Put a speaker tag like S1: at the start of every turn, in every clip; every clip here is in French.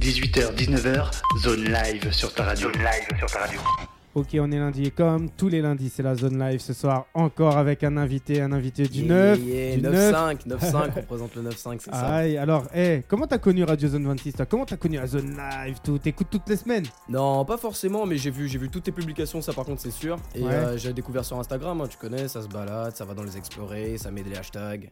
S1: 18h, 19h, zone live sur ta radio.
S2: Zone live sur ta radio.
S3: Ok, on est lundi et comme tous les lundis, c'est la zone live ce soir encore avec un invité, un invité du
S4: Yeah,
S3: 9.
S4: yeah,
S3: du 9.
S4: 9-5, 9-5, on présente le 9-5, c'est ça.
S3: Aïe, alors, eh, comment t'as connu Radio Zone 26 toi Comment t'as connu la zone live tout T'écoutes toutes les semaines
S4: Non, pas forcément, mais j'ai vu, j'ai vu toutes tes publications, ça par contre c'est sûr. Et
S3: Ouais.
S4: euh, j'ai découvert sur Instagram, hein, tu connais, ça se balade, ça va dans les explorés, ça met des hashtags.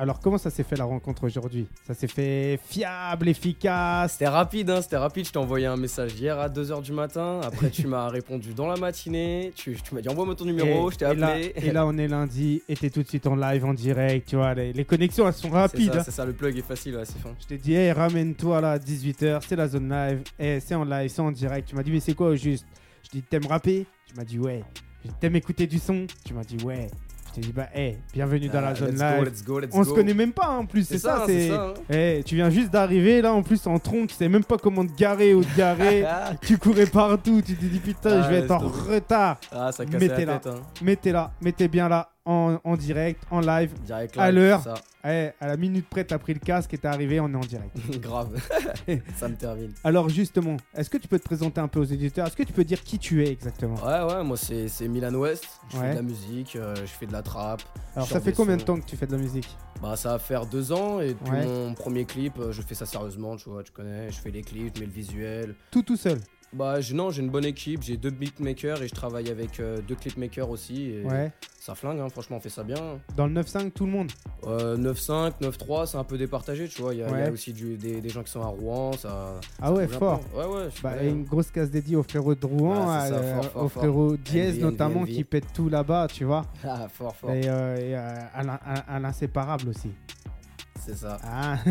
S3: Alors, comment ça s'est fait la rencontre aujourd'hui Ça s'est fait fiable, efficace
S4: C'était rapide, hein, c'était rapide, je t'ai envoyé un message hier à 2h du matin, après tu m'as répondu dans la matinée, tu, tu m'as dit envoie-moi ton numéro,
S3: Et-
S4: je t'ai
S3: et là-
S4: appelé.
S3: Et là, on est lundi et t'es tout de suite en live, en direct, tu vois, les, les connexions elles sont
S4: c'est
S3: rapides.
S4: ça,
S3: hein.
S4: c'est ça, le plug est facile, ouais, c'est fin.
S3: Je t'ai dit, hey, ramène-toi là à 18h, c'est la zone live, Eh, c'est en live, c'est en direct. Tu m'as dit, mais c'est quoi au juste Je t'ai dit, t'aimes rapper Tu m'as dit, ouais. Je t'ai dit, t'aimes écouter du son Tu m'as dit, ouais. Je t'ai dit, bah, eh, bienvenue dans la
S4: Ah,
S3: zone
S4: let's
S3: live.
S4: go, let's go, let's
S3: on se
S4: go.
S3: connaît même pas hein, en plus, c'est
S4: C'est
S3: ça,
S4: ça,
S3: c'est.
S4: c'est ça, hein.
S3: Eh, tu viens juste d'arriver là en plus en tronc, tu sais même pas comment te garer ou te garer. tu courais partout, tu te dis putain,
S4: Ah,
S3: je vais être en
S4: laisse tomber.
S3: retard.
S4: Ah, ça casse la
S3: Mettez-la.
S4: tête, hein.
S3: Mettez là, mettez bien là en, en direct, en live.
S4: Direct
S3: À
S4: live,
S3: l'heure.
S4: ça.
S3: Eh, à la minute près, t'as pris le casque et t'es arrivé, on est en direct.
S4: Grave, ça me termine.
S3: Alors justement, est-ce que tu peux te présenter un peu aux éditeurs Est-ce que tu peux dire qui tu es exactement
S4: Ouais, ouais, moi c'est c'est Milan West. Je
S3: Ouais.
S4: fais de la musique, euh, je fais de la trappe.
S3: Alors
S4: Ah, je
S3: ça
S4: sors
S3: fait
S4: des
S3: combien
S4: sons.
S3: de temps que tu fais de la musique
S4: Bah, ça va faire deux ans et depuis
S3: Ouais.
S4: mon premier clip, euh, je fais ça sérieusement, tu vois, tu connais. Je fais les clips, je mets le visuel.
S3: Tout tout seul.
S4: Bah, je- non, j'ai une bonne équipe, j'ai deux beatmakers et je travaille avec euh, deux clipmakers aussi. Et
S3: Ouais.
S4: Ça flingue, hein, franchement, on fait ça bien.
S3: Dans le 9-5, tout le monde.
S4: Euh, 9-5, 9-3, c'est un peu départagé, tu vois. Il y a, il y a
S3: Ouais.
S4: aussi du- des, des gens qui sont à Rouen, ça.
S3: Ah ouais,
S4: bouge un
S3: fort.
S4: peu. Ouais, ouais, je
S3: Bah,
S4: connais,
S3: et une grosse case dédiée au frérot de Rouen,
S4: Ah, c'est ça,
S3: à- euh,
S4: fort, fort,
S3: au
S4: fort.
S3: frérot Diez
S4: NV,
S3: notamment
S4: NV.
S3: qui pète tout là-bas, tu vois.
S4: Ah, fort, fort,
S3: Et, euh, et, euh, à l'in- à à l'inséparable aussi.
S4: c'est ça.
S3: Ah.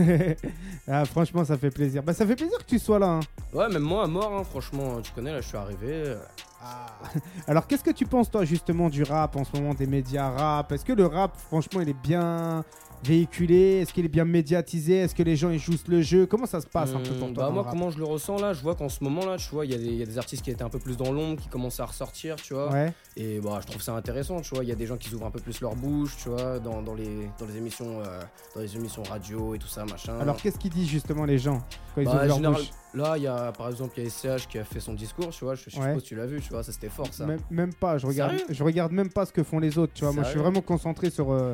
S3: Ah, franchement, ça fait plaisir. Bah, ça fait plaisir que tu sois là. hein.
S4: Ouais, même moi à mort, hein, franchement, tu connais, là, je suis arrivé. euh,
S3: Ah. Alors, qu'est-ce que tu penses, toi, justement, du rap en ce moment, des médias rap Est-ce que le rap, franchement, il est bien véhiculé Est-ce qu'il est bien médiatisé Est-ce que les gens, ils jouent le jeu Comment ça se passe un peu pour
S4: Hmm,
S3: toi
S4: bah
S3: dans
S4: moi
S3: le rap
S4: comment je le ressens là je vois qu'en ce moment là tu vois il y, a des- il y a des artistes qui étaient un peu plus dans l'ombre qui commencent à ressortir tu vois
S3: Ouais,
S4: et bah je trouve ça intéressant tu vois il y a des gens qui ouvrent un peu plus leur bouche tu vois dans, dans les dans les émissions euh, dans les émissions radio et tout ça machin
S3: alors qu'est-ce qu'ils disent justement les gens quand ils
S4: Bah,
S3: ouvrent leur
S4: général-
S3: bouche
S4: là il y a par exemple il y a SCH qui a fait son discours tu vois je, je
S3: Ouais.
S4: suppose que tu l'as vu tu vois ça c'était fort ça
S3: même, même pas, je regarde,
S4: Sérieux
S3: je regarde même pas ce que font les autres, tu vois. Moi, je suis
S4: Sérieux
S3: vraiment concentré sur, euh,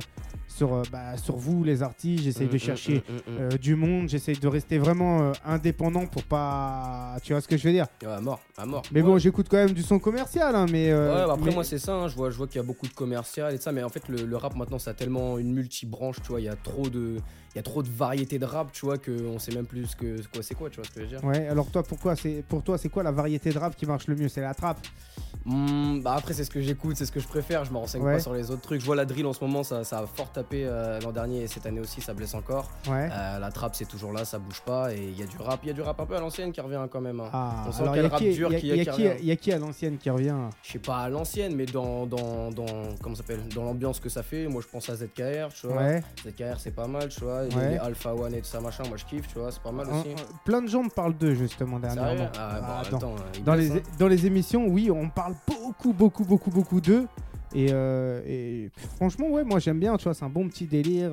S3: sur, euh, bah, sur vous, les artistes. J'essaye de
S4: Mm,
S3: chercher
S4: mm, mm, mm,
S3: euh, du monde, j'essaye de rester vraiment euh, indépendant pour pas. Tu vois ce que je veux dire
S4: mm. Ouais, à mort à mort
S3: Mais
S4: Ouais.
S3: bon, j'écoute quand même du son commercial, hein, mais.
S4: Ouais,
S3: euh,
S4: bah après
S3: mais-
S4: moi c'est ça, hein, je vois, je vois qu'il y a beaucoup de commerciales et tout ça, mais en fait le, le rap maintenant ça a tellement une multi-branche, tu vois, il y a trop de, il y a trop de variétés de rap, tu vois, qu'on sait même plus ce que ce quoi c'est quoi, tu vois ce que je veux dire.
S3: Ouais, alors toi, pourquoi c'est pour toi, c'est quoi la variété de rap qui marche le mieux C'est la trappe.
S4: Hmm, bah après c'est ce que j'écoute, c'est ce que je préfère, je me renseigne
S3: Ouais.
S4: pas sur les autres trucs. Je vois la drill en ce moment, ça, ça a fort tapé euh, l'an dernier et cette année aussi, ça blesse encore.
S3: Ouais.
S4: Euh, la trappe c'est toujours là, ça bouge pas et il y a du rap, il y a du rap un peu à l'ancienne qui revient hein, quand même. hein.
S3: Ah,
S4: on sent
S3: alors il
S4: quel
S3: y a
S4: rap
S3: qui-
S4: dur
S3: y a-
S4: qui-
S3: y a
S4: qui
S3: qui-
S4: revient.
S3: y a qui à l'ancienne qui revient
S4: Je sais pas à l'ancienne, mais dans dans dans comment ça s'appelle, dans l'ambiance que ça fait. Moi je pense à ZKR, tu vois.
S3: Ouais.
S4: ZKR c'est pas mal, tu vois. Il y
S3: Ouais.
S4: a les Alpha One et tout ça, machin, moi je kiffe, tu vois, c'est pas mal
S3: Un-
S4: aussi.
S3: un- plein de gens me parlent d'eux justement
S4: Sérieux
S3: dernièrement.
S4: Ah, bon,
S3: Ah,
S4: attends,
S3: dans-
S4: hein, il
S3: dans
S4: blesse,
S3: les,
S4: hein.
S3: dans les émissions, oui, on parle beaucoup, beaucoup, beaucoup, beaucoup d'eux. Et, euh, et franchement, ouais, moi j'aime bien, tu vois, c'est un bon petit délire.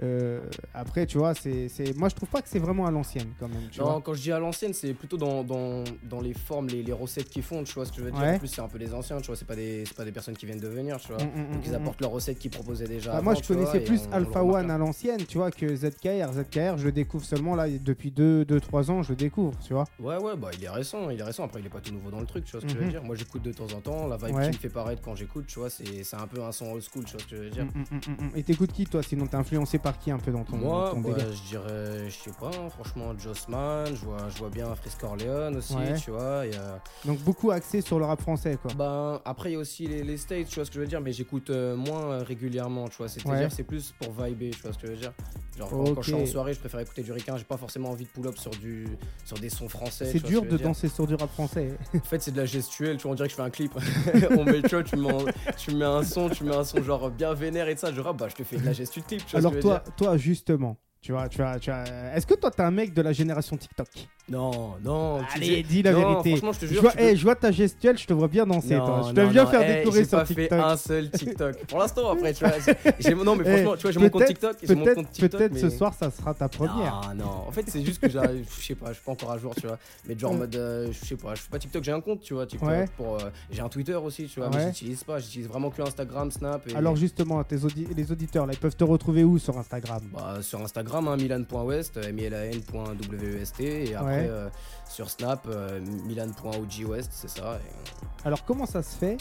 S3: Euh, après, tu vois, c'est, c'est- moi je trouve pas que c'est vraiment à l'ancienne quand même. Tu
S4: Non,
S3: vois.
S4: quand je dis à l'ancienne, c'est plutôt dans, dans, dans les formes, les, les recettes qu'ils font, tu vois ce que je veux dire.
S3: Ouais.
S4: En plus, c'est un peu les anciens, tu vois, c'est pas, des- c'est pas des personnes qui viennent de venir, tu vois.
S3: Mm, mm,
S4: Donc,
S3: mm,
S4: ils
S3: mm.
S4: apportent leurs recettes qu'ils proposaient déjà.
S3: Bah, moi
S4: avant,
S3: je
S4: tu vois,
S3: connaissais
S4: et
S3: plus
S4: on- on
S3: Alpha
S4: le remarque
S3: One hein.
S4: là.
S3: à l'ancienne, tu vois, que ZKR. ZKR, je le découvre seulement là depuis 2-3 deux, deux, trois ans, je le découvre, tu vois.
S4: Ouais, ouais, bah il est récent, il est récent. Après, il est pas tout nouveau dans le truc, tu vois ce que je
S3: Mhm.
S4: veux dire. Moi, j'écoute de temps en temps, la vibe
S3: Ouais.
S4: qui me fait paraître quand j'écoute, tu vois, c'est c'est un peu un son old school, tu vois ce que je veux dire.
S3: Mm, mm, mm, mm. Et t'écoutes qui toi Sinon t'es influencé par qui un peu dans ton,
S4: Moi,
S3: ton
S4: bah,
S3: délire
S4: je dirais, je sais pas, hein, franchement, Jossman, je vois, je vois bien Fris Corleone aussi,
S3: Ouais.
S4: tu vois. et, euh,
S3: Donc beaucoup axé sur le rap français quoi.
S4: ben, après, il y a aussi les, les States, tu vois ce que je veux dire, mais j'écoute euh, moins euh, régulièrement, tu vois. C'est-à-dire,
S3: Ouais.
S4: c'est plus pour viber, tu vois ce que je veux dire. Genre, quand-
S3: Ok.
S4: quand je suis en soirée, je préfère écouter du Ricain, j'ai pas forcément envie de pull-up sur, du, sur des sons français.
S3: c'est
S4: tu vois ce
S3: dur
S4: que je
S3: de
S4: veux dire.
S3: danser sur du rap français.
S4: En fait, c'est de la gestuelle, tu vois, on dirait que je fais un clip. on met, tu vois, tu mets, un- tu ah, mets un son, tu mets un son genre bien vénère et tout ça, je rap, bah, je te fais de la gestu de clip, tu vois ce
S3: Alors
S4: que je veux
S3: toi, toi justement, Tu vois, tu vois, tu vois. Est-ce que toi, t'es un mec de la génération TikTok
S4: Non, non. tu
S3: Allez,
S4: sais-
S3: dis la
S4: Non,
S3: vérité.
S4: Franchement, je te
S3: Je
S4: jure.
S3: vois,
S4: tu peux-
S3: eh, je vois ta gestuelle, je te vois bien danser.
S4: Non,
S3: toi. Je te
S4: non,
S3: vois bien
S4: non,
S3: faire
S4: eh,
S3: décorer
S4: J'ai
S3: sur
S4: pas fait
S3: TikTok.
S4: un seul TikTok. Pour l'instant, après, tu vois. j'ai- Non, mais
S3: Eh,
S4: franchement, tu vois, j'ai mon compte
S3: peut-être-
S4: TikTok. j'ai mon compte
S3: Peut-être
S4: TikTok,
S3: peut-être ce
S4: mais-
S3: soir, ça sera ta première.
S4: Non, non. En fait, c'est juste que j'arrive- je sais pas, je suis pas encore à jour, tu vois. Mais genre en mode, euh, je sais pas, je suis pas TikTok, j'ai un compte, tu vois, TikTok
S3: Ouais.
S4: pour, euh, j'ai un Twitter aussi, tu vois,
S3: Ouais.
S4: mais j'utilise pas, j'utilise vraiment que Instagram, Snap et
S3: Alors justement, tes audi- les auditeurs, là, ils peuvent te retrouver où sur Instagram
S4: bah, sur Instagram, hein, milan.west, euh, milan.west, E et après
S3: Ouais.
S4: euh, sur Snap, euh, milan.ogwest, c'est ça. et,
S3: Alors comment ça se fait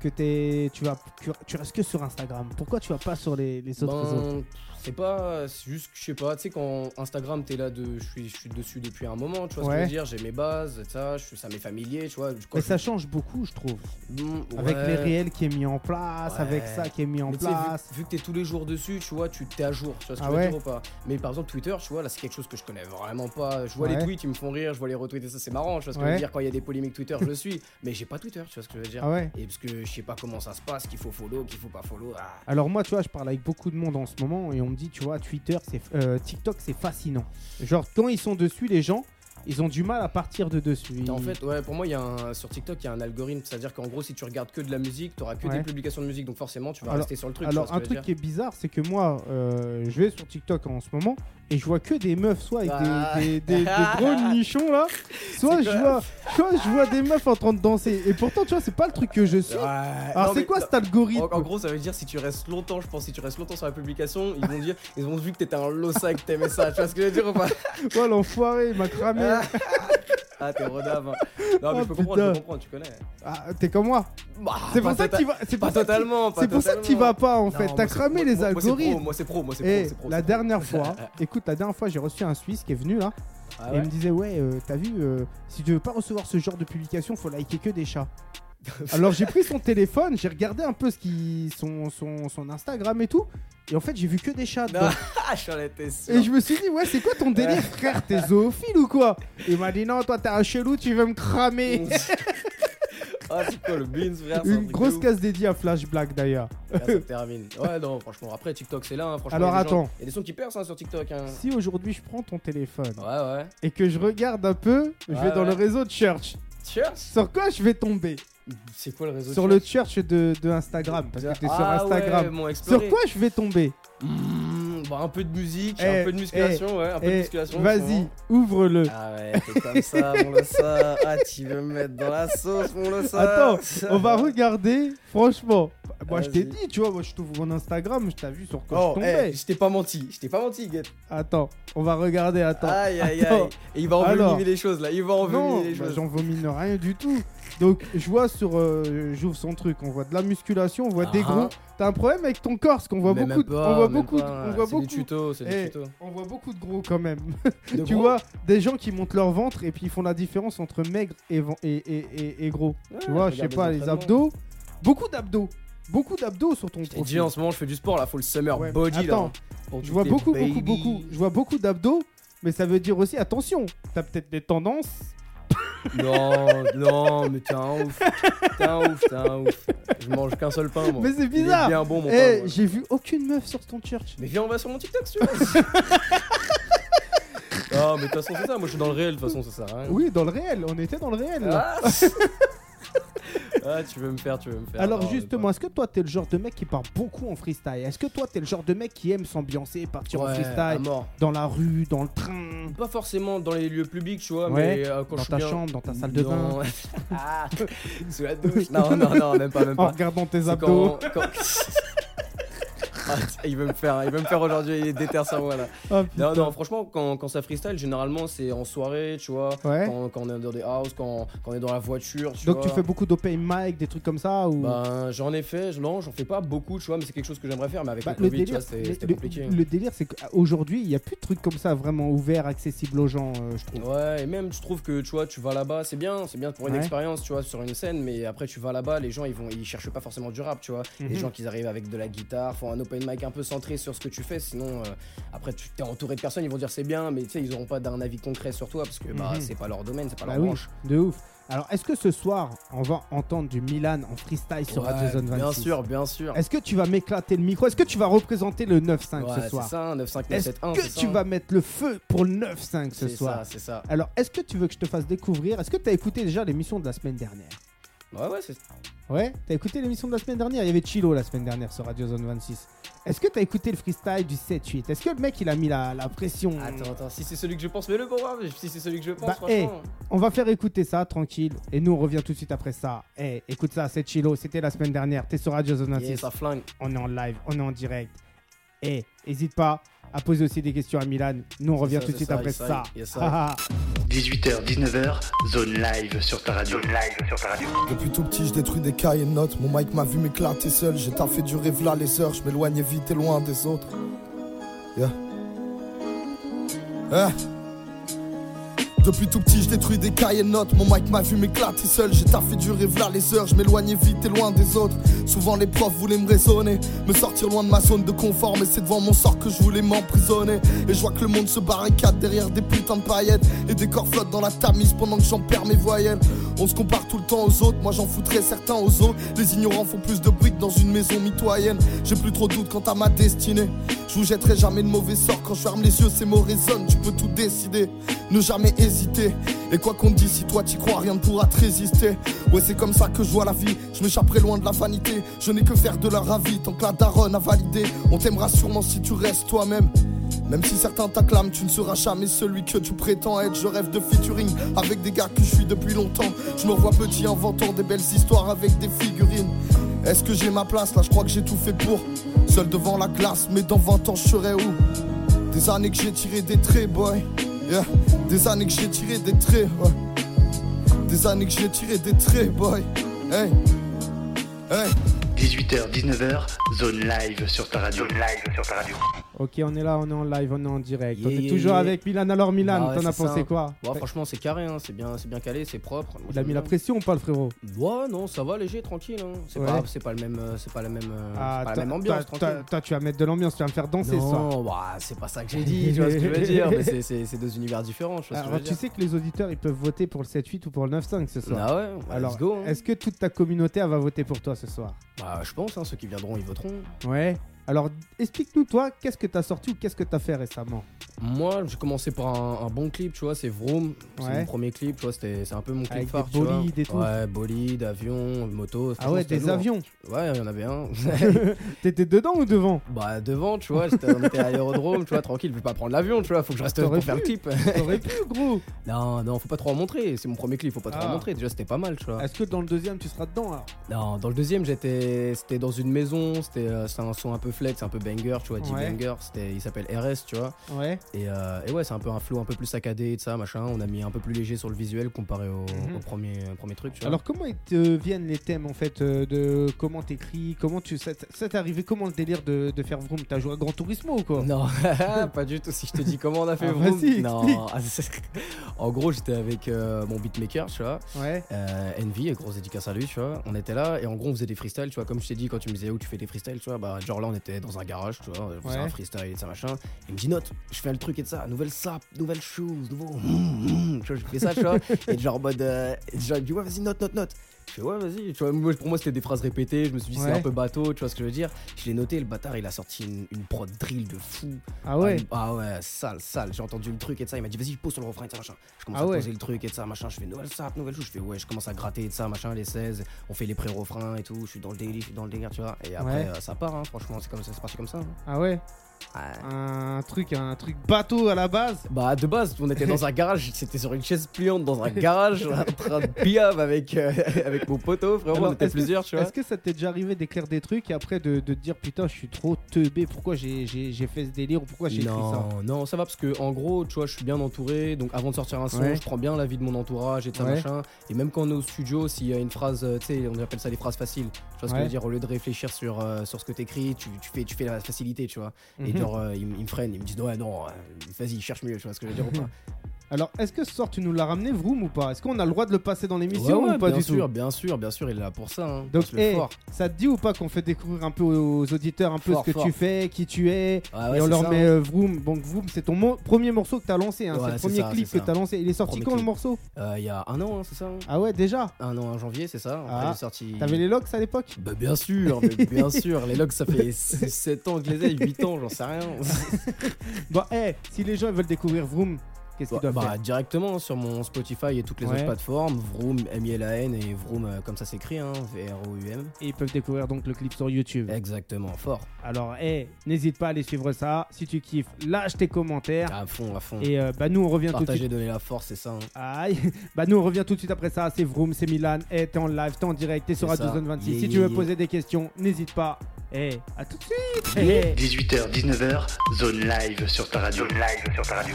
S3: que t'es- tu, vas, que tu restes que sur Instagram Pourquoi tu vas pas sur les, les
S4: euh,
S3: autres réseaux
S4: ben, c'est pas, c'est juste que je sais pas, tu sais, quand Instagram, t'es là, de, je suis je suis dessus depuis un moment, tu vois ce que je
S3: Ouais.
S4: veux dire, j'ai mes bases, ça, je suis, ça m'est familier, tu vois. quand
S3: Mais
S4: je-
S3: ça change beaucoup, je trouve.
S4: Mm,
S3: Avec les
S4: ouais.
S3: réels qui est mis en place,
S4: Ouais.
S3: avec ça qui est mis en
S4: Mais tu sais, vu-
S3: place.
S4: Vu, que t'es tous les jours dessus, tu vois, tu t'es à jour, tu vois ce que
S3: Ah
S4: je veux
S3: ouais.
S4: dire ou pas. Mais par exemple Twitter, tu vois, là c'est quelque chose que je connais vraiment pas. Je vois
S3: Ouais.
S4: les tweets, ils me font rire, je vois les retweets et ça c'est marrant, tu vois ce que je
S3: Ouais.
S4: veux dire. Quand il y a des polémiques Twitter, je suis, mais j'ai pas Twitter, tu vois ce que je veux dire.
S3: Ah ouais
S4: Et parce que je sais pas comment ça se passe, qu'il faut follow, qu'il faut pas follow. ah.
S3: alors moi, tu vois, je parle avec beaucoup de monde en ce moment et on me dit, tu vois, Twitter, c'est euh, TikTok, c'est fascinant. Genre quand ils sont dessus, les gens, ils ont du mal à partir de dessus. Ils-
S4: En fait, ouais, pour moi, il y a un, sur TikTok, il y a un algorithme, c'est-à-dire qu'en gros, si tu regardes que de la musique, t'auras que
S3: Ouais.
S4: des publications de musique, donc forcément, tu vas
S3: Alors-
S4: rester sur le truc. tu vois
S3: Alors
S4: ce que
S3: un
S4: je veux
S3: truc qui est bizarre, c'est que moi, euh, je vais sur TikTok en ce moment et je vois que des meufs, soit avec des-
S4: Ah.
S3: des, des- des gros nichons là, soit
S4: C'est
S3: je
S4: quoi
S3: vois, soit je vois des meufs en train de danser. Et pourtant, tu vois, c'est pas le truc que je suis.
S4: dire. Ouais.
S3: Alors
S4: Ah, Non,
S3: c'est
S4: mais-
S3: quoi cet algorithme
S4: En, en gros, ça veut dire si tu restes longtemps, je pense, si tu restes longtemps sur la publication, ils vont dire, ils ont vu que t'étais un losa et que t'aimais ça. Tu vois ce que je veux dire ou pas
S3: Oh l'enfoiré, il m'a cramé.
S4: Ah, ah, t'es rodave. hein. Non, mais
S3: Oh,
S4: je peux comprendre, je
S3: putain.
S4: peux comprendre, tu connais.
S3: Ah, T'es comme moi.
S4: Bah,
S3: C'est
S4: pas
S3: pour ça que
S4: tota-
S3: tu vas. C'est
S4: Pas
S3: pour ça que t'y-
S4: totalement, pas
S3: c'est pour ça que tu vas
S4: totalement.
S3: pas en
S4: Non,
S3: fait.
S4: moi,
S3: T'as
S4: c'est-
S3: cramé
S4: moi-
S3: les
S4: moi, c'est pro,
S3: algorithmes.
S4: Moi, c'est pro, moi, c'est pro,
S3: Et
S4: c'est pro.
S3: la
S4: c'est pro.
S3: dernière fois, écoute, la dernière fois, j'ai reçu un Suisse qui est venu là
S4: Ah
S3: et il
S4: ouais
S3: me disait ouais, euh, t'as vu, euh, si tu veux pas recevoir ce genre de publication, faut liker que des chats. Alors j'ai pris son téléphone, j'ai regardé un peu ce qui son, son son Instagram et tout, et en fait j'ai vu que des chats. dedans.
S4: Non, ah, j'en étais sûr.
S3: Et je me suis dit ouais, c'est quoi ton délire, frère, t'es zoophile ou quoi Il m'a dit non, toi t'es un chelou, tu veux me cramer.
S4: Ah, c'est quoi le beans, frère c'est un truc
S3: Une
S4: de
S3: grosse
S4: ouf.
S3: case dédiée à Flash Black d'ailleurs.
S4: Là, ça termine. Ouais, non, franchement, après TikTok, c'est là. hein, franchement,
S3: Alors,
S4: il y a des gens-
S3: attends.
S4: Il y a des sons qui percent hein, sur TikTok. hein.
S3: Si aujourd'hui je prends ton téléphone
S4: Ouais, ouais.
S3: et que je regarde un peu, je
S4: Ouais,
S3: vais dans
S4: ouais.
S3: le réseau de church.
S4: Church
S3: Sur quoi je vais tomber
S4: C'est quoi le réseau
S3: Sur
S4: de
S3: le church de, de Instagram. Parce que t'es sur
S4: Ah ouais,
S3: Instagram.
S4: mon
S3: sur
S4: exploré.
S3: quoi je vais tomber
S4: Mmh, bah, Un peu de musique,
S3: Eh,
S4: un peu de musculation, ouais, un peu de
S3: Eh,
S4: musculation.
S3: Vas-y,
S4: sûrement.
S3: ouvre-le.
S4: Ah ouais, t'es comme ça, mon le ça. Ah, tu veux me mettre dans la sauce, mon le ça.
S3: Attends, on va regarder, franchement. Moi, je t'ai
S4: Vas-y.
S3: dit, tu vois, moi, je t'ouvre mon Instagram, je t'ai vu sur quoi je
S4: Oh,
S3: tombais.
S4: eh, je t'ai pas menti, je t'ai pas menti, Guette.
S3: Attends, on va regarder, attends.
S4: Aïe, aïe,
S3: attends.
S4: aïe. Et il va
S3: Alors.
S4: envenimer les choses, là. Il va
S3: Non,
S4: envenimer les
S3: bah,
S4: choses.
S3: j'en vomine rien du tout. Donc, je vois sur. euh, J'ouvre son truc, on voit de la musculation, on voit des
S4: Ah.
S3: gros. T'as un problème avec ton corps, parce qu'on voit
S4: Mais même
S3: beaucoup. de-
S4: pas,
S3: on voit
S4: même
S3: beaucoup. de-
S4: pas.
S3: on voit
S4: C'est des
S3: beaucoup.
S4: tutos, c'est
S3: Eh,
S4: des tutos.
S3: On voit beaucoup de gros quand même.
S4: De
S3: tu
S4: gros.
S3: vois, des gens qui montent leur ventre et puis ils font la différence entre maigre et, ven- et, et, et- et gros.
S4: Ouais,
S3: tu vois, je sais
S4: regarde
S3: pas, les
S4: entraînements.
S3: abdos. Beaucoup d'abdos. Beaucoup d'abdos sur ton
S4: Je t'ai
S3: profil.
S4: dit, en ce moment, je fais du sport, là. Faut le summer
S3: Ouais, mais
S4: body, là.
S3: attends,
S4: Pour
S3: Je
S4: toutes
S3: vois
S4: les
S3: beaucoup, beaucoup,
S4: babies.
S3: beaucoup. Je vois beaucoup d'abdos, mais ça veut dire aussi, attention, t'as peut-être des tendances.
S4: Non, non, mais t'es un ouf. T'es un ouf, t'es un ouf. Je mange qu'un seul pain, moi.
S3: Mais c'est
S4: Il est
S3: bizarre.
S4: bien bon, mon
S3: Eh,
S4: pain. moi.
S3: j'ai vu aucune meuf sur ton church.
S4: Mais viens, on va sur mon TikTok, si tu veux. Ah, mais de toute façon, c'est ça. Moi, je suis dans le réel, de toute façon, ça sert à rien.
S3: Oui, dans le réel, on était dans le réel. là.
S4: Ah, Ah, tu veux me faire, tu veux me faire.
S3: Alors
S4: Non, mais
S3: justement, est-ce que toi t'es le genre de mec qui part beaucoup en freestyle Est-ce que toi t'es le genre de mec qui aime s'ambiancer,
S4: pas-
S3: partir en
S4: Ouais, ah, à
S3: freestyle
S4: mort.
S3: dans la rue, dans le train,
S4: Pas forcément dans les lieux publics, tu vois,
S3: Ouais,
S4: mais euh, quand
S3: dans
S4: je suis
S3: ta
S4: bien-
S3: chambre, dans ta salle de bain,
S4: Non. Ah, sous la douche. Non, non, non, même pas, même
S3: en
S4: pas.
S3: regardant tes
S4: C'est
S3: abdos
S4: quand- quand- Ah, il veut me faire, il veut me faire aujourd'hui, il est déter sur moi là.
S3: Ah,
S4: Non,
S3: putain.
S4: non, franchement, quand, quand ça freestyle, généralement c'est en soirée, tu vois.
S3: Ouais.
S4: Quand, quand on est dans des houses, quand, quand on est dans la voiture, tu
S3: Donc tu
S4: vois.
S3: fais beaucoup d'open mic, des trucs comme ça ou
S4: Ben, j'en ai fait, je- non, j'en fais pas beaucoup, tu vois, mais c'est quelque chose que j'aimerais faire, mais avec
S3: Bah,
S4: le Covid, tu vois, c'était
S3: le-
S4: c'était
S3: le-
S4: compliqué. hein.
S3: le délire, c'est qu'aujourd'hui, il n'y a plus de trucs comme ça vraiment ouverts, accessibles aux gens, euh, je trouve.
S4: Ouais, et même tu trouves que tu vois, tu vas là-bas, c'est bien, c'est bien pour une
S3: Ouais.
S4: expérience, tu vois, sur une scène, mais après tu vas là-bas, les gens ils vont, ils cherchent pas forcément du rap, tu vois. Les
S3: Mhm.
S4: gens qui arrivent avec de la guitare, font un open une mic un peu centrée sur ce que tu fais. Sinon, euh, après, tu t'es entouré de personnes, ils vont dire c'est bien, mais tu sais, ils n'auront pas d'un avis concret sur toi parce que bah,
S3: Mhm.
S4: c'est pas leur domaine, c'est pas
S3: Bah
S4: leur
S3: oui,
S4: branche.
S3: de ouf. Alors, est-ce que ce soir, on va entendre du Milan en freestyle sur
S4: Ouais,
S3: Radio Zone 26
S4: bien sûr, bien sûr.
S3: Est-ce que tu vas m'éclater le micro Est-ce que tu vas représenter le 9-5
S4: Ouais,
S3: ce
S4: c'est
S3: soir
S4: ça, 95971.
S3: Est-ce que
S4: c'est
S3: tu
S4: ça.
S3: vas mettre le feu pour le 9-5 ce
S4: C'est
S3: soir
S4: ça, c'est ça.
S3: Alors, est-ce que tu veux que je te fasse découvrir Est-ce que tu as écouté déjà l'émission de la semaine dernière
S4: Ouais, ouais, c'est
S3: Ouais T'as écouté l'émission de la semaine dernière Il y avait Chilo la semaine dernière sur Radio Zone 26. Est-ce que t'as écouté le freestyle du 7-8 Est-ce que le mec il a mis la, la pression
S4: Attends, attends, si c'est celui que je pense, mais le pour moi, si c'est celui que je pense,
S3: Mmh. Bah, hey.
S4: franchement.
S3: On va faire écouter ça tranquille et nous on revient tout de suite après ça. Eh, écoute ça, c'est Chilo, c'était la semaine dernière. T'es sur Radio Zone 26.
S4: Yeah, ça flingue.
S3: On est en live, on est en direct. Eh, hésite pas à poser aussi des questions à Milan. Nous on revient
S4: ça,
S3: tout de
S4: c'est
S3: suite
S4: ça,
S3: après
S4: yes, I,
S3: ça.
S4: yes, I.
S3: Ah, ah.
S1: 18h, 19h, zone live sur ta radio. live sur ta radio.
S2: Depuis tout petit, je détruis des cahiers de notes. Mon mic m'a vu m'éclater seul. J'ai taffé du rêve là les heures. Je m'éloignais vite et loin des autres. Yeah. Hein Depuis tout petit, je détruis des cahiers de notes. Mon mic m'a vu m'éclater seul. J'ai taffé du rêve là les heures. Je m'éloignais vite et loin des autres. Souvent, les profs voulaient me raisonner. Me sortir loin de ma zone de confort. Mais c'est devant mon sort que je voulais m'emprisonner. Et je vois que le monde se barricade derrière des putains de paillettes. Et des corps flottent dans la tamise pendant que j'en perds mes voyelles. On se compare tout le temps aux autres, moi j'en foutrais certains aux autres. Les ignorants font plus de briques dans une maison mitoyenne. J'ai plus trop de doutes quant à ma destinée. Je vous jetterai jamais de mauvais sort quand je ferme les yeux, ces mots résonnent. Tu peux tout décider, ne jamais hésiter. Et quoi qu'on te dise, si toi t'y crois, rien ne pourra te résister. Ouais, c'est comme ça que je vois la vie. Je m'échapperai loin de la vanité. Je n'ai que faire de leur avis tant que la daronne a validé. On t'aimera sûrement si tu restes toi-même. Même si certains t'acclament, tu ne seras jamais celui que tu prétends être. Je rêve de featuring avec des gars que je suis depuis longtemps. Je me vois petit inventant des belles histoires avec des figurines. Est-ce que j'ai ma place là Je crois que j'ai tout fait pour. Seul devant la glace, mais dans 20 ans, je serai où Des années que j'ai tiré des traits, boy. Yeah. Des années que j'ai tiré des traits, ouais. Des années que j'ai tiré des traits, boy. Hey. Hey.
S1: 18h, 19h, zone live sur ta radio. live sur ta radio.
S3: Ok, on est là, on est en live, on est en direct.
S4: Yeah,
S3: on est
S4: yeah,
S3: toujours
S4: yeah.
S3: avec Milan. Alors Milan,
S4: Ah ouais,
S3: t'en as
S4: c'est
S3: pensé
S4: ça.
S3: quoi
S4: Bon, franchement, c'est carré, hein, c'est bien, c'est bien calé, c'est propre. Moi,
S3: Il a
S4: j'aime
S3: mis la
S4: bien.
S3: pression ou pas le frérot
S4: Ouais, non, ça va léger, tranquille. hein. C'est
S3: Ouais.
S4: pas, c'est pas le même, euh, c'est pas la même, euh, c'est pas
S3: Ah, toi-
S4: la même ambiance,
S3: toi-
S4: tranquille.
S3: toi- toi, tu vas mettre de l'ambiance, tu vas me faire danser ce soir.
S4: Non, bah, c'est pas ça que j'ai dit, tu vois ce que je veux dire. Mais c'est- c'est c'est deux univers différents, tu vois ce que je
S3: Alors,
S4: veux
S3: tu
S4: dire.
S3: sais que les auditeurs ils peuvent voter pour le 7-8 ou pour le 9-5 ce soir.
S4: Ah ouais, bah,
S3: Alors,
S4: let's go. hein.
S3: est-ce que toute ta communauté elle va voter pour toi ce soir
S4: Bah, je pense, hein, ceux qui viendront, ils voteront.
S3: Ouais. Alors, explique-nous, toi, qu'est-ce que t'as sorti ou qu'est-ce que t'as fait récemment
S4: Moi, j'ai commencé par un, un bon clip, tu vois, c'est Vroom. C'est
S3: Ouais.
S4: mon premier clip, tu vois, c'était- c'est un peu mon clip
S3: Avec
S4: phare.
S3: des
S4: tu vois.
S3: bolides et tout.
S4: Ouais, bolides, avions, motos.
S3: Ah ouais,
S4: franchement,
S3: des
S4: c'était lourd.
S3: avions.
S4: Ouais, il y en avait un.
S3: T'étais dedans ou devant
S4: bah, devant, tu vois, j'étais- on était à l'aérodrome, tu vois, tranquille, je vais pas prendre l'avion, tu vois, faut que je reste
S3: T'aurais
S4: pour faire le
S3: pu.
S4: clip.
S3: T'aurais pu, gros.
S4: non, non, faut pas trop en montrer, c'est mon premier clip, faut pas trop
S3: Ah.
S4: en montrer, déjà c'était pas mal, tu vois.
S3: Est-ce que dans le deuxième, tu seras dedans alors
S4: Non, dans le deuxième, j'étais c'était dans une maison, c'était euh, c'était un son un peu flex, un peu banger, tu vois, dit
S3: Ouais.
S4: banger, c'était il s'appelle RS, tu vois.
S3: Ouais.
S4: Et, euh, et ouais, c'est un peu un flow un peu plus saccadé et tout ça, machin. On a mis un peu plus léger sur le visuel comparé au,
S3: Mhm.
S4: au premier, au premier truc, tu vois.
S3: Alors, comment ils te viennent les thèmes en fait euh, de comment t'écris Comment tu. Ça t- ça t'est arrivé Comment le délire de, de faire Vroom T'as joué à Grand Turismo ou quoi
S4: Non, pas du tout. Si je te dis comment on a fait
S3: Ah,
S4: Vroom.
S3: vas-y,
S4: non.
S3: explique.
S4: Ah, c'est- en gros, j'étais avec euh, mon beatmaker, tu vois,
S3: Ouais.
S4: euh, Envy, grosse dédicace à lui, tu vois. On était là et en gros, on faisait des freestyles, tu vois. Comme je t'ai dit, quand tu me disais où tu fais des freestyles, tu vois, bah, genre là, on était dans un garage, tu vois, on faisait
S3: Ouais.
S4: un freestyle et ça, machin. Il me dit, note, je fais le truc et de ça, nouvelle sape, nouvelle chose, nouveau. hum, hum. tu vois, je fais ça, tu vois. et genre en mode. euh, et genre, il me dit, ouais, vas-y, note, note, note. Je fais, ouais, vas-y. Tu vois, moi, pour moi, c'était des phrases répétées. Je me suis dit, c'est
S3: Ouais.
S4: un peu bateau, tu vois ce que je veux dire. Je l'ai noté, le bâtard, il a sorti une, une prod drill de fou.
S3: Ah ouais
S4: Ah ouais, sale, sale. J'ai entendu le truc et de ça. Il m'a dit, vas-y, pose sur le refrain et de ça, machin. Je commence
S3: Ah
S4: à
S3: ouais.
S4: poser le truc et de ça, machin. Je fais nouvelle sape, nouvelle chose. Je fais, ouais, je commence à gratter et de ça, machin, les 16. On fait les pré-refrains et tout. Je suis dans le délire, je suis dans le délire, tu vois. Et après,
S3: Ouais.
S4: euh, ça part, hein, franchement. C'est comme ça, c'est parti comme ça. hein.
S3: Ah ouais
S4: Ouais.
S3: Un truc, un truc bateau à la base
S4: Bah, de base, on était dans un garage. C'était sur une chaise pliante dans un garage. en train de piaf avec, euh, avec mon poteau, frérot.
S3: Alors,
S4: on était
S3: est-ce que-
S4: plusieurs, tu vois.
S3: Est-ce que ça t'est déjà arrivé d'écrire des trucs et après de, de te dire putain, je suis trop teubé, pourquoi j'ai j'ai- j'ai fait ce délire ou pourquoi j'ai écrit
S4: non,
S3: ça
S4: non, ça va parce que en gros, tu vois, je suis bien entouré. Donc avant de sortir un son,
S3: Ouais.
S4: je prends bien l'avis de mon entourage et de ça
S3: Ouais.
S4: machin. Et même quand on est au studio, s'il y a une phrase, euh, tu sais, on appelle ça des phrases faciles. Tu vois ce que
S3: Ouais.
S4: je veux dire Au lieu de réfléchir sur, euh, sur ce que t'écris, tu, tu fais, tu fais la facilité, tu vois. Et
S3: Mhm.
S4: genre, euh, ils, m- ils me freinent, ils me disent ouais, non, euh, vas-y, cherche mieux, tu vois ce que je veux dire ou pas
S3: Alors, est-ce que ce soir tu nous l'as ramené, Vroom, ou pas Est-ce qu'on a le droit de le passer dans l'émission
S4: Ouais, ouais,
S3: ou pas
S4: bien
S3: du
S4: sûr,
S3: tout
S4: bien sûr, bien sûr, il est là pour ça. hein.
S3: Donc,
S4: Passe le
S3: eh,
S4: fort.
S3: ça te dit ou pas qu'on fait découvrir un peu aux auditeurs un peu
S4: Fort,
S3: ce que
S4: fort.
S3: tu fais, qui tu es
S4: Ah ouais,
S3: Et on
S4: c'est
S3: leur
S4: ça,
S3: met
S4: hein.
S3: euh, Vroom. Donc, Vroom, c'est ton mo- premier morceau que t'as lancé, hein,
S4: Ouais,
S3: c'est le
S4: c'est
S3: premier
S4: ça,
S3: clip
S4: c'est
S3: que
S4: ça.
S3: t'as lancé. Il est sorti
S4: Premier
S3: quand le
S4: clip.
S3: morceau
S4: Euh, il y a un an, hein, c'est ça hein
S3: Ah ouais, déjà
S4: Un an, en janvier, c'est ça Après,
S3: Ah,
S4: il est sorti.
S3: T'avais les locks à l'époque
S4: Bah bien sûr, mais bien sûr, les logs ça fait 7 ans que les ai, 8 ans, j'en sais rien.
S3: Bon, eh, si les gens ils veulent découvrir Vroom, qu'est-ce qu'ils
S4: Bah,
S3: doivent
S4: bah,
S3: faire
S4: directement sur mon Spotify et toutes les
S3: Ouais.
S4: autres plateformes, Vroom, M-I-L-A-N et Vroom euh, comme ça s'écrit, hein, V-R-O-U-M.
S3: Et ils peuvent découvrir donc le clip sur YouTube.
S4: Exactement, fort.
S3: Alors, eh, n'hésite pas à aller suivre ça. Si tu kiffes, lâche tes commentaires.
S4: À fond, à fond.
S3: Et euh, bah, nous, on revient tout de suite.
S4: Partager, donner la force, c'est ça. hein.
S3: Aïe. Bah nous on revient tout de suite après ça, c'est Vroom, c'est Milan, et t'es en live, t'es en direct, t'es sur
S4: C'est
S3: Radio
S4: ça.
S3: Zone 26.
S4: Yeah,
S3: si tu
S4: yeah,
S3: veux
S4: yeah.
S3: poser des questions, n'hésite pas. Eh, à tout de suite Eh,
S1: 18h, 19h, zone live sur ta radio. live sur ta radio.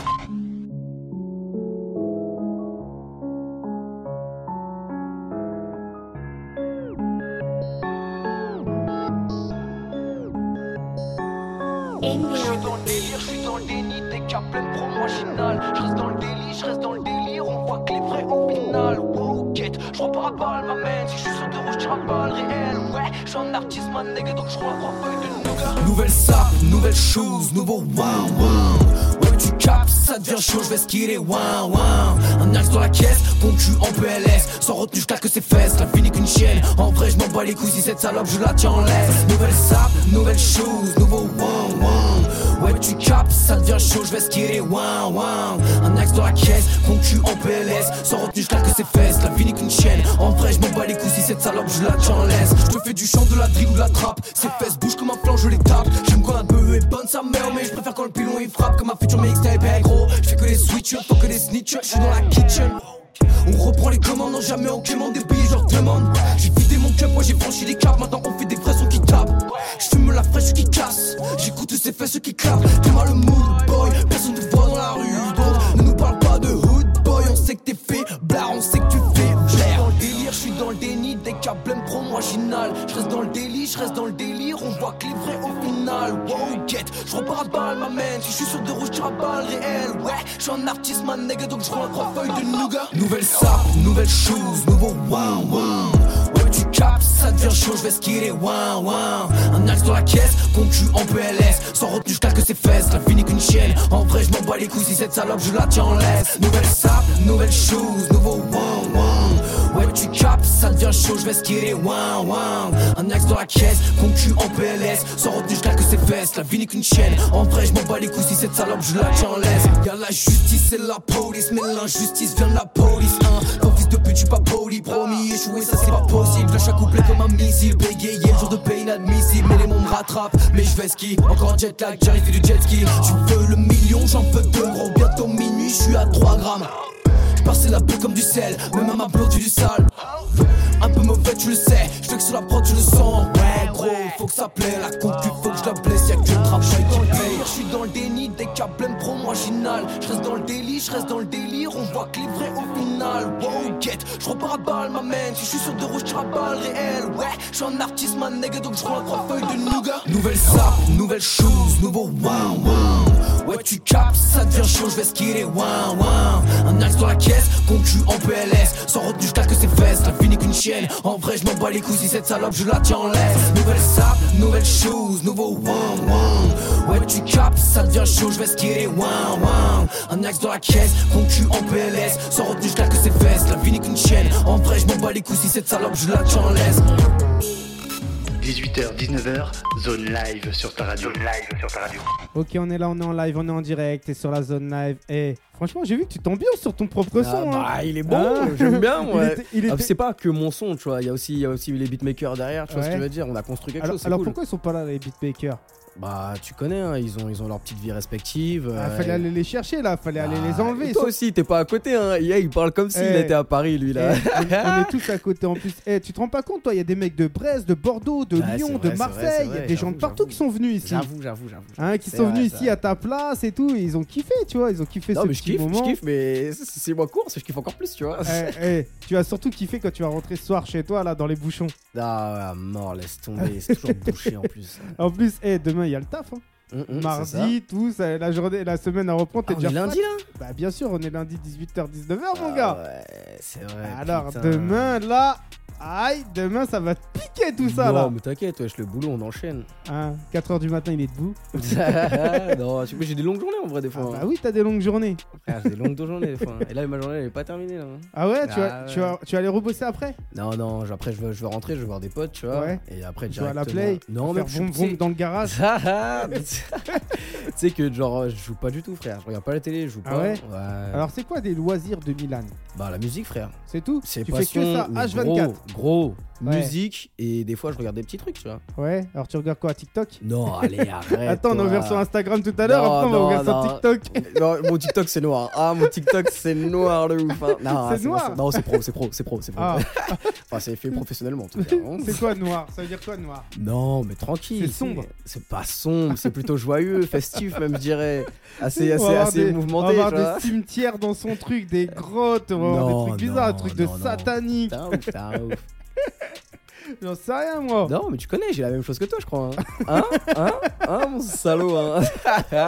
S5: Je suis dans
S6: Indian.
S5: le délire, je suis dans le déni, dès qu'il y a plein de promos marginales. Je reste dans le délire, je reste dans le délire, on voit que les vrais en binal. Wow, quête, je repars à balle, ma mène. Si je suis sur deux roues, je tire à balle réel. Ouais, je suis un artiste, ma nigga, donc je crois trois feuilles de nougat.
S7: Nouvelle sape, nouvelle chose, nouveau wow wow. Ouais, tu capes, ça devient chaud, je vais skiller wow wow. Un axe dans la caisse, ton cul en PLS. Sans retenue, je claque ses fesses, la vie n'est qu'une chienne. En vrai, je m'en bats les couilles si cette salope, je la tiens en laisse. Nouvelle sape, nouvelle chose, nouveau wow wow. Ouais, tu capes, ça devient chaud, je vais skiller wow wow. Un axe dans la caisse, ton cul en PLS. Sans retenue, je claque ses fesses, la vie n'est qu'une chienne. En vrai, je m'en bats les couilles si cette salope, je la tiens en laisse. Je te fais du chant de la drill ou de la trappe. Ses fesses bougent comme un plan, je les tape. J'aime quand la bœuf est bonne, sa mère, mais je préfère quand le pilon il frappe. Comme ma future mixtape, hey gros. Je fais que les switch faut que les snitch je suis dans la kitchen. On reprend les commandes, non jamais en quémande des billets, genre demande. J'ai vidé mon cup, moi j'ai franchi les caps, maintenant on fait des fraises, on qui tape. Je fume la fraîche qui casse, j'écoute ces fesses qui clapent. T'es mal le mood, boy, personne te voit dans la rue, donc ne nous parle pas de hood, boy. On sait que t'es fait,
S5: Bah,
S7: blard, on sait que tu fais
S5: Je suis
S7: blaire.
S5: dans le délire, je suis dans le déni, dès qu'il y a plein de promos marginales. Je reste dans le délire, je reste dans le délire, on voit que les vrais au final. Wow, quête, je repars à balle, ma mène. Si je suis sur deux roues, je tire à balle réel. Ouais, je suis un artiste, ma nigga, donc je crois trois feuilles de nougat.
S7: Nouvelle sape, nouvelle chose, nouveau wow wow. Ouais, tu capes, ça devient chaud, je vais skiller wow wow. Un axe dans la caisse, ton cul en PLS. Sans retenue, je claque ses fesses, la vie n'est qu'une chienne. En vrai, je m'en bats les couilles si cette salope, je la tiens en laisse. Nouvelle sape, nouvelle chose, nouveau wow wow. Ouais, tu capes, ça devient chaud, je vais skiller wow wow. Un axe dans la caisse, ton cul en PLS. Sans retenue, je claque ses fesses, la vie n'est qu'une chienne. En vrai, je m'en bats les couilles si cette salope, je la tiens en laisse. Y'a la justice et la police, mais l'injustice vient de la police. Hein. Ton fils de pute, je suis pas poli, promis, échouer, ça c'est pas possible. Lâche un couplet comme un missile, bégayé, le genre de paix inadmissible. Mais les mots me rattrapent, mais je vais ski. Encore un jet lag, j'arrive du jet ski. Tu veux le million, j'en veux deux gros. Bientôt minuit, je suis à 3 grammes. J'passais la peau comme du sel, même à ma blonde, tu du sale. Un peu mauvais, tu le sais, je fais que sur la prod, tu le sens. Ouais, gros, faut que ça plaît, la coupe, tu faut que je la blesse, y'a que le rap,
S5: Je suis dans le
S7: qui paye.
S5: délire, je suis dans le déni, dès qu'il y a plein de promos marginales. Je reste dans le délire, je reste dans le délire, on voit que les vrais au final. Wow, get, je repars à balle, ma mène. Si je suis sur deux roues, je tire à balle réel. Ouais, je suis un artiste, ma nigga, donc je prends trois feuilles de nougat.
S7: Nouvelle sape, nouvelle chose, nouveau wow wow. Ouais, tu capes, ça devient chaud, je vais skiller wow wow. Un axe dans la caisse, ton cul en PLS. Sans retenue, je claque ses fesses, la vie n'est qu'une chienne. En vrai, je m'en bats les couilles si cette salope, je la tiens en laisse. Nouvelle sape, nouvelle chose, nouveau wow wow. Ouais, tu capes, ça devient chaud, je vais skiller wow wow. Un axe dans la caisse, ton cul en PLS. Sans retenue, je claque ses fesses, la vie n'est qu'une chienne. En vrai, je m'en bats les couilles si cette salope, je la tiens en laisse.
S1: 18h, 19h, zone live sur ta radio. live sur ta radio.
S3: Ok, on est là, on est en live, on est en direct, et sur la zone live. Eh, franchement, j'ai vu que tu t'ambiances sur ton propre
S4: Ah,
S3: son. hein.
S4: bah, il est bon,
S3: Ah.
S4: j'aime bien,
S3: Il
S4: moi.
S3: était- il
S4: Ah,
S3: était-
S4: C'est pas que mon son, tu vois. Il y a aussi, il y a aussi les beatmakers derrière, tu vois ce que
S3: Ouais.
S4: je veux dire. On a construit quelque
S3: Alors,
S4: chose. c'est
S3: alors
S4: cool.
S3: pourquoi ils sont pas là, les beatmakers
S4: Bah, tu connais, hein, ils ont, ils ont leur petite vie respective. euh,
S3: Ah, Fallait aller les chercher là, fallait aller les enlever.
S4: Bah, Toi
S3: ils
S4: aussi, t'es pas à côté, hein. Yeah, il parle comme s'il
S3: Eh.
S4: était à Paris, lui,
S3: sont-
S4: là.
S3: Eh, on, on est tous à côté en plus. Eh, tu te rends pas compte, toi, il y a des mecs de Brest, de Bordeaux, de
S4: Ouais, c'est
S3: Lyon,
S4: vrai,
S3: de
S4: c'est vrai,
S3: Marseille,
S4: c'est vrai,
S3: des gens de
S4: j'avoue,
S3: partout qui sont venus ici.
S4: J'avoue, j'avoue, j'avoue.
S3: Hein, qui
S4: C'est
S3: sont
S4: vrai,
S3: venus
S4: c'est
S3: ici
S4: vrai.
S3: à ta place et tout, et ils ont kiffé, tu vois, ils ont kiffé
S4: Non,
S3: ce
S4: mais je
S3: petit
S4: kiffe,
S3: moment.
S4: je kiffe, mais c'est- c'est moi course, je kiffe encore plus, tu vois.
S3: Eh, eh, tu vas surtout kiffer quand tu vas rentrer ce soir chez toi là dans les bouchons.
S4: Ah, ouais, à mort, laisse tomber, c'est toujours bouché en plus. Mm,
S3: En plus, eh, demain il y a le taf. hein. mardi, tout, ça, la, journée, la semaine à reprendre, t'es
S4: t'es
S3: déjà
S4: Oh, Ah, lundi là
S3: fat. Bah bien sûr, on est lundi 18h-19h, mon
S4: Ah
S3: gars.
S4: Ouais, c'est vrai.
S3: Alors
S4: putain.
S3: demain, là, aïe, demain, ça va te piquer tout ça,
S4: non,
S3: là.
S4: mais t'inquiète, wesh, le boulot, on enchaîne.
S3: Hein, 4h du matin, il est debout.
S4: non, tu sais, j'ai des longues journées en vrai, des
S3: Ah
S4: fois. hein.
S3: bah oui, t'as des longues journées.
S4: Frère, j'ai des longues journées, des fois. hein. Et là, ma journée, elle est pas terminée, là. hein.
S3: Ah ouais, tu,
S4: Ah
S3: vas, tu,
S4: ouais.
S3: vas, tu vas aller rebosser après
S4: Non, non, je- après, je vais, je vais rentrer, je vais voir des potes, tu vois.
S3: Ouais.
S4: Et après,
S3: Tu vas à
S4: directement.
S3: la play
S4: Non, mais
S3: Faire
S4: je
S3: vroom vroom
S4: suis
S3: dans le garage
S4: Ah, Tu sais que, genre, euh, je joue pas du tout, frère. Je regarde pas la télé, je joue
S3: Ah
S4: pas.
S3: ouais
S4: Alors...
S3: Alors, c'est quoi des loisirs de Milan
S4: Bah, la musique, frère.
S3: C'est tout
S4: C'est
S3: Tu
S4: passion,
S3: fais que ça,
S4: mais
S3: H24.
S4: Gros, gros.
S3: Ouais.
S4: Musique, et des fois, je regarde des petits trucs, tu vois.
S3: Ouais, alors tu regardes quoi TikTok
S4: Non, allez, arrête.
S3: Attends, on a
S4: toi.
S3: ouvert sur Instagram tout à l'heure,
S4: Non,
S3: après on va
S4: non,
S3: ouvert
S4: non.
S3: sur TikTok.
S4: Non, mon TikTok c'est noir. Ah, mon TikTok c'est noir le ouf. hein. Non,
S3: C'est
S4: bon,
S3: noir.
S4: Non, c'est pro, c'est pro, c'est pro, c'est pro.
S3: Ah,
S4: Enfin, c'est fait professionnellement. en tout cas, hein.
S3: c'est quoi noir Ça veut dire quoi noir
S4: Non, mais tranquille.
S3: C'est sombre.
S4: C'est pas sombre, c'est plutôt joyeux, festif même, je dirais. Assez,
S3: On va
S4: assez,
S3: avoir
S4: assez
S3: des- On
S4: mouvementé.
S3: va
S4: tu
S3: avoir
S4: vois.
S3: des cimetières dans son truc, des grottes, on va avoir
S4: Non,
S3: des trucs bizarres,
S4: non,
S3: des trucs de
S4: non, non.
S3: satanique.
S4: T'as un ouf, t'as un ouf.
S3: J'en sais rien, moi.
S4: Non, mais tu connais, j'ai la même chose que toi, je crois. Hein, hein, hein, Hein, mon salaud. hein.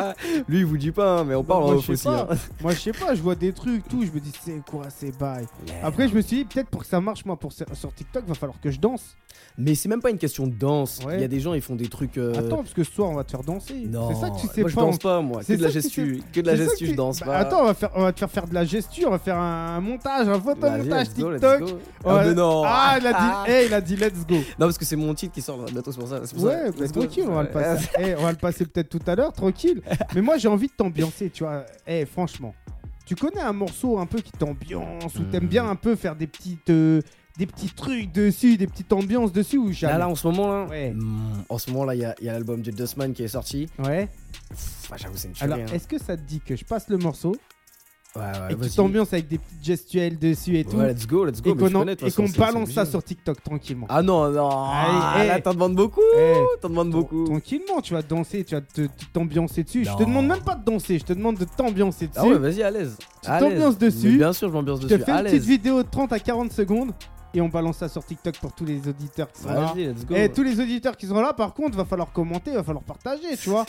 S4: Lui, il vous dit pas, hein, mais on parle
S3: moi,
S4: en off
S3: je sais
S4: aussi.
S3: pas.
S4: hein.
S3: Moi, je sais pas, je vois des trucs, tout. Je me dis, c'est quoi ces bails Après, je me suis dit, peut-être pour que ça marche, moi, pour, sur sur TikTok, va falloir que je danse.
S4: Mais c'est même pas une question de danse. Il
S3: Ouais.
S4: y a des gens, ils font des trucs. euh,
S3: Attends, parce que ce soir, on va te faire danser.
S4: Non,
S3: C'est ça que tu sais
S4: moi, je
S3: pas.
S4: danse pas, moi. Que
S3: C'est
S4: de la
S3: ça que tu
S4: gestu. Que de la
S3: C'est ça
S4: gestu,
S3: que
S4: je
S3: tu-
S4: danse
S3: Bah,
S4: pas.
S3: Attends, on va, faire, on va te faire faire de la gesture, on va faire un montage, un
S4: Vas-y,
S3: photomontage
S4: let's go, let's
S3: TikTok.
S4: go.
S3: On
S4: Ah,
S3: va-
S4: mais non.
S3: Ah, il a dit, eh, il a dit let's go.
S4: Non, parce que c'est mon titre qui sort là, bientôt, c'est pour ça. c'est pour ça.
S3: Ouais, bah,
S4: Let's go.
S3: tranquille, on va le passer. Eh, on va le passer peut-être tout à l'heure, tranquille. Mais moi, j'ai envie de t'ambiancer, tu vois. Eh, franchement, tu connais un morceau un peu qui t'ambiance ou
S4: Hmm.
S3: t'aimes bien un peu faire des petites, euh, des petits trucs dessus, des petites ambiances dessus ou jamais.
S4: Là, là, en ce moment, là.
S3: Ouais.
S4: hmm, En ce moment, là, il y a, il y a l'album de Dustman qui est sorti.
S3: Ouais.
S4: Pff, ah, J'avoue, c'est une tuerie.
S3: Alors,
S4: hein.
S3: est-ce que ça te dit que je passe le morceau
S4: Ouais, ouais,
S3: et que tu
S4: Ah, vas-y.
S3: t'ambiances avec des petites gestuelles dessus et tout
S4: Ouais, let's go, let's go.
S3: et
S4: mais
S3: qu'on
S4: je
S3: en-
S4: connais, de toute
S3: et
S4: façon,
S3: qu'on
S4: c'est-
S3: balance
S4: c'est
S3: ça
S4: obligé.
S3: sur TikTok tranquillement.
S4: Ah non, non. ah,
S3: Allez,
S4: là,
S3: hey.
S4: t'en demandes beaucoup.
S3: Eh.
S4: T'en demandes beaucoup.
S3: Tranquillement, tu vas danser, tu vas te- te- t'ambiancer dessus. Je te
S4: Non.
S3: demande même pas de danser, je te demande de t'ambiancer dessus.
S4: Ah ouais, vas-y, à l'aise.
S3: Tu
S4: À l'aise.
S3: t'ambiances dessus.
S4: Mais Bien sûr, je m'ambiance
S3: je te
S4: dessus.
S3: fais
S4: À
S3: une petite
S4: l'aise.
S3: vidéo de 30 à 40 secondes et on balance ça sur TikTok pour tous les auditeurs qui sont là.
S4: Vas-y, let's go.
S3: Et tous les auditeurs qui sont là, par contre, va falloir commenter, va falloir partager, tu vois.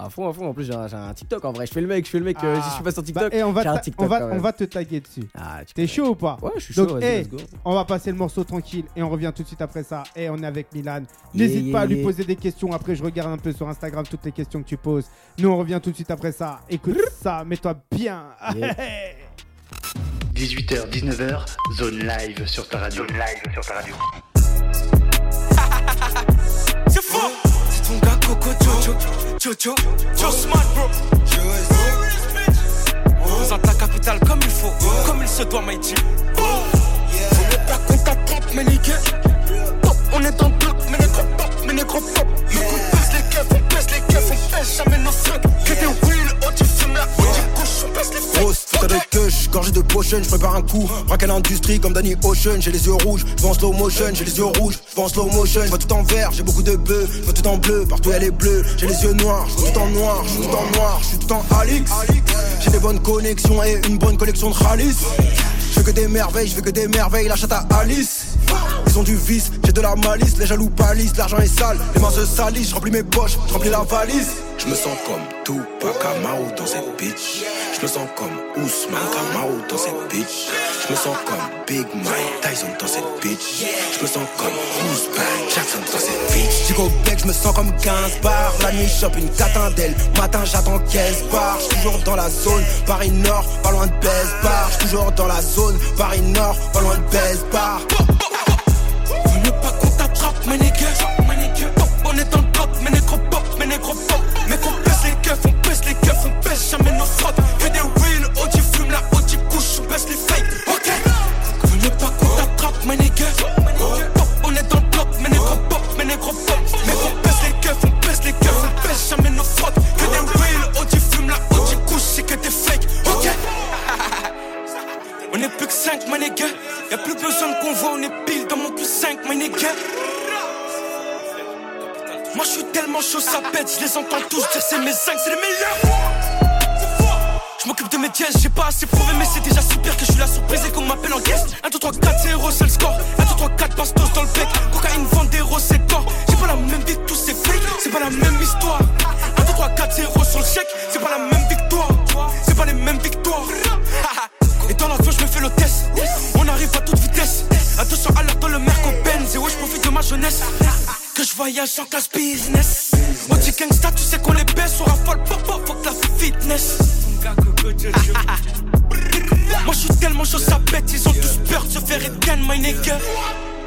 S4: À fond, à fond. En plus, j'ai un, j'ai un TikTok en vrai. Je fais le mec, je fais le mec. euh,
S3: Ah.
S4: si je suis pas sur
S3: Bah,
S4: TikTok.
S3: et on va,
S4: j'ai un
S3: ta-
S4: TikTok,
S3: on, va,
S4: quand même.
S3: on va te taguer dessus.
S4: Ah, tu
S3: T'es
S4: connais.
S3: chaud ou pas
S4: Ouais, je suis chaud.
S3: Donc,
S4: vas-y,
S3: hey,
S4: let's go.
S3: On va passer le morceau tranquille et on revient tout de suite après ça. Et on est avec Milan. N'hésite
S4: yeah,
S3: pas à lui
S4: yeah.
S3: poser des questions. Après, je regarde un peu sur Instagram toutes les questions que tu poses. Nous, on revient tout de suite après ça. Écoute ça, mets-toi bien.
S1: 18h, 19h, zone live sur ta radio. Zone live sur ta radio.
S6: C'est faux C'est ton gars Coco Joe Joe Joe Joe Smart bro Représente la capitale comme il faut Comme il se doit my G Faut mieux pas qu'on t'attrape mes ligues Pop, on est dans le bloc, mais les gros pop, mais les gros pop Le coup de pèse les keufs, on pèse les keufs, on pèse jamais nos fringues Que des wheels, on dit fumeur, on dit couche, on pèse les
S8: Rose,
S6: fringues
S8: t'as des touches, gorgé de potion, je prépare un coup. Braque à l'industrie comme Danny Ocean, j'ai les yeux rouges, je vais en slow motion, j'ai les yeux rouges, je vais en slow motion, je vois tout en vert, j'ai beaucoup de bœufs, je vois tout en bleu, partout elle est bleue, j'ai les yeux noirs, je vois tout en noir, je suis tout en noir, je suis tout en Alix. J'ai des bonnes connexions et une bonne collection de Khalis. Je veux que des merveilles, je veux que des merveilles, la chatte à Alice. Ils ont du vice, j'ai de la malice, les jaloux pâlissent, l'argent est sale, les mains se salissent, je remplis mes poches, je remplis la valise.
S6: Je me sens comme Tupac Amaru dans cette bitch. Je me sens comme Ousmane Kamau dans cette bitch. Je me sens comme Big Mike Tyson dans cette bitch. Je me sens comme Ousmane Jackson dans cette bitch.
S8: J'y au bec, je me sens comme 15 bars. La nuit, je chope une catindelle. Matin, j'attends 15 bars. J'suis toujours dans la zone. Paris Nord, pas loin de Best Bar. J'suis toujours dans la zone. Paris Nord, pas loin de Best Bar.
S6: Faut mieux pas qu'on t'attrape, mes niggas. Mes niggas. Pop, On est dans le top, mes négros pop, mes négros pop. Mais qu'on pèse les keufs, on pèse les keufs, on pèse jamais nos frottes. Que des wheels, on dit fume la on dit couche, on baisse les fakes. Ok. Faut mieux pas qu'on t'attrape, mes niggas. Pop, On est dans le top, mes négros pop, mes négros pop. Mais qu'on pèse les keufs, on pèse les keufs, on pèse jamais nos frottes. Que des wheels, on dit fume la on dit couche, c'est que des fakes. Ok. On est plus que 5, my nigga. Y'a plus besoin de convoi, on est pile dans mon Q5, my nigga. Moi, je suis tellement chaud, ça pète, je les entends tous dire c'est mes 5, c'est les meilleurs. Je m'occupe de mes dièses, j'ai pas assez prouvé, mais c'est déjà super que je suis la surprise et qu'on m'appelle en guest. 1, 2, 3, 4, 0, c'est le score. 1, 2, 3, 4, bastos dans le bec. Cocaïne, Vendéro, c'est le corps. J'ai pas la même vie que tous ces flics, c'est pas la même histoire. 1, 2, 3, voyage en classe business. On dit gangsta, tu sais qu'on les baisse, on raffole pop pop, faut que la fitness. Moi je suis tellement chaud, ça bête, ils ont tous peur de se faire éteindre, my nigga.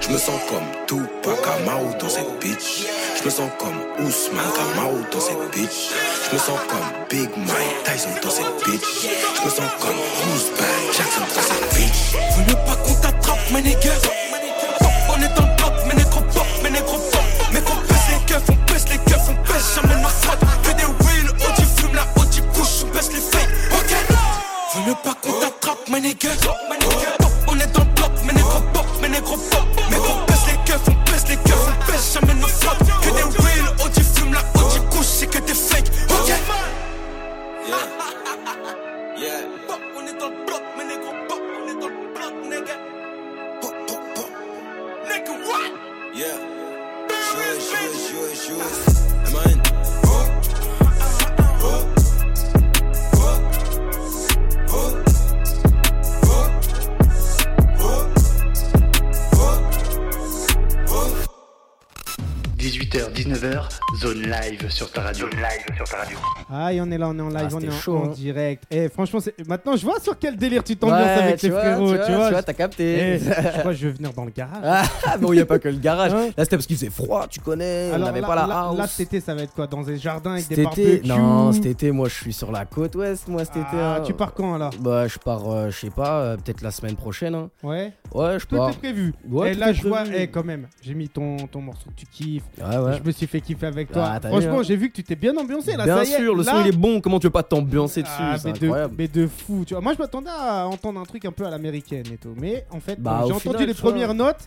S8: Je me sens comme Tupac Amaru dans cette bitch. Je me sens comme Ousmane Kamaru dans cette bitch. Je me sens comme Big Mike Tyson dans cette bitch. Je me sens comme Roosevelt Jackson dans cette bitch.
S6: Faut mieux pas qu'on t'attrape, my nigga. Pop, on est dans le pop, mes négros pop, mes négros pop. Mais qu'on pèse les keufs, on pèse les keufs, on pèse jamais nos fautes. Que des real, oh tu fumes la haut, tu couches, on baisse les fakes. Ok, faut mieux pas qu'on t'attrape, my nigga. Pop, on est dans le pop, mes négros pop, mes négros pop. Mais qu'on pèse les keufs, on pèse les keufs, on pèse jamais nos fautes. Que des real, oh tu fumes la haut, tu couches, c'est que des fakes. Ok, Pop, on est dans le bloc, mes négros pop, on est dans le bloc, nigga.
S8: Pop, pop, pop.
S6: Nigga, what?
S8: Yeah. Jouez, jouez, jouez, jouez. Am I in? Oh. Oh. Oh. Oh. Oh. Oh. Oh.
S1: 18h, 19h, zone live sur ta radio. Zone live sur ta radio.
S3: Aïe, on est là, on est en live,
S4: Ah,
S3: on est
S4: c'était
S3: en,
S4: chaud,
S3: en
S4: hein.
S3: direct. Et franchement, c'est- maintenant je vois sur quel délire tu t'ambiances avec
S4: tu
S3: les
S4: vois,
S3: frérots,
S4: tu vois,
S3: je-
S4: t'as
S3: Eh,
S4: capté.
S3: je crois que je vais venir dans le garage.
S4: Ah, bon, il n'y a pas que le garage.
S3: Hein
S4: Là, c'était parce qu'il faisait froid, tu connais. on
S3: Alors
S4: n'avait
S3: là-
S4: pas la
S3: là-
S4: house.
S3: Là, cet été, ça va être quoi Dans des jardins avec
S4: Cet
S3: des barbecues
S4: été, non, cet été, moi, je suis sur la côte ouest, moi, cet été.
S3: Ah,
S4: hein.
S3: tu pars quand alors
S4: Bah, je pars, euh, je sais pas, euh, peut-être la semaine prochaine. hein.
S3: Ouais.
S4: Ouais, je
S3: Tout
S4: pars.
S3: est prévu.
S4: Ouais,
S3: et
S4: tout
S3: là,
S4: est
S3: je vois,
S4: prévu.
S3: eh, quand même, j'ai mis ton, ton morceau que tu kiffes.
S4: Ouais, ouais.
S3: Je me suis fait kiffer avec toi.
S4: Ah, t'as vu,
S3: Franchement,
S4: hein.
S3: j'ai vu que tu t'es bien ambiancé là.
S4: Bien
S3: ça y est,
S4: sûr, le
S3: là-
S4: son il est bon. Comment tu veux pas t'ambiancer dessus
S3: Ah,
S4: C'est
S3: mais, de,
S4: incroyable.
S3: mais de fou, tu vois. Moi, je m'attendais à entendre un truc un peu à l'américaine et tout. Mais en fait,
S4: Bah,
S3: quand
S4: au
S3: j'ai entendu
S4: final,
S3: les
S4: tu vois.
S3: premières notes.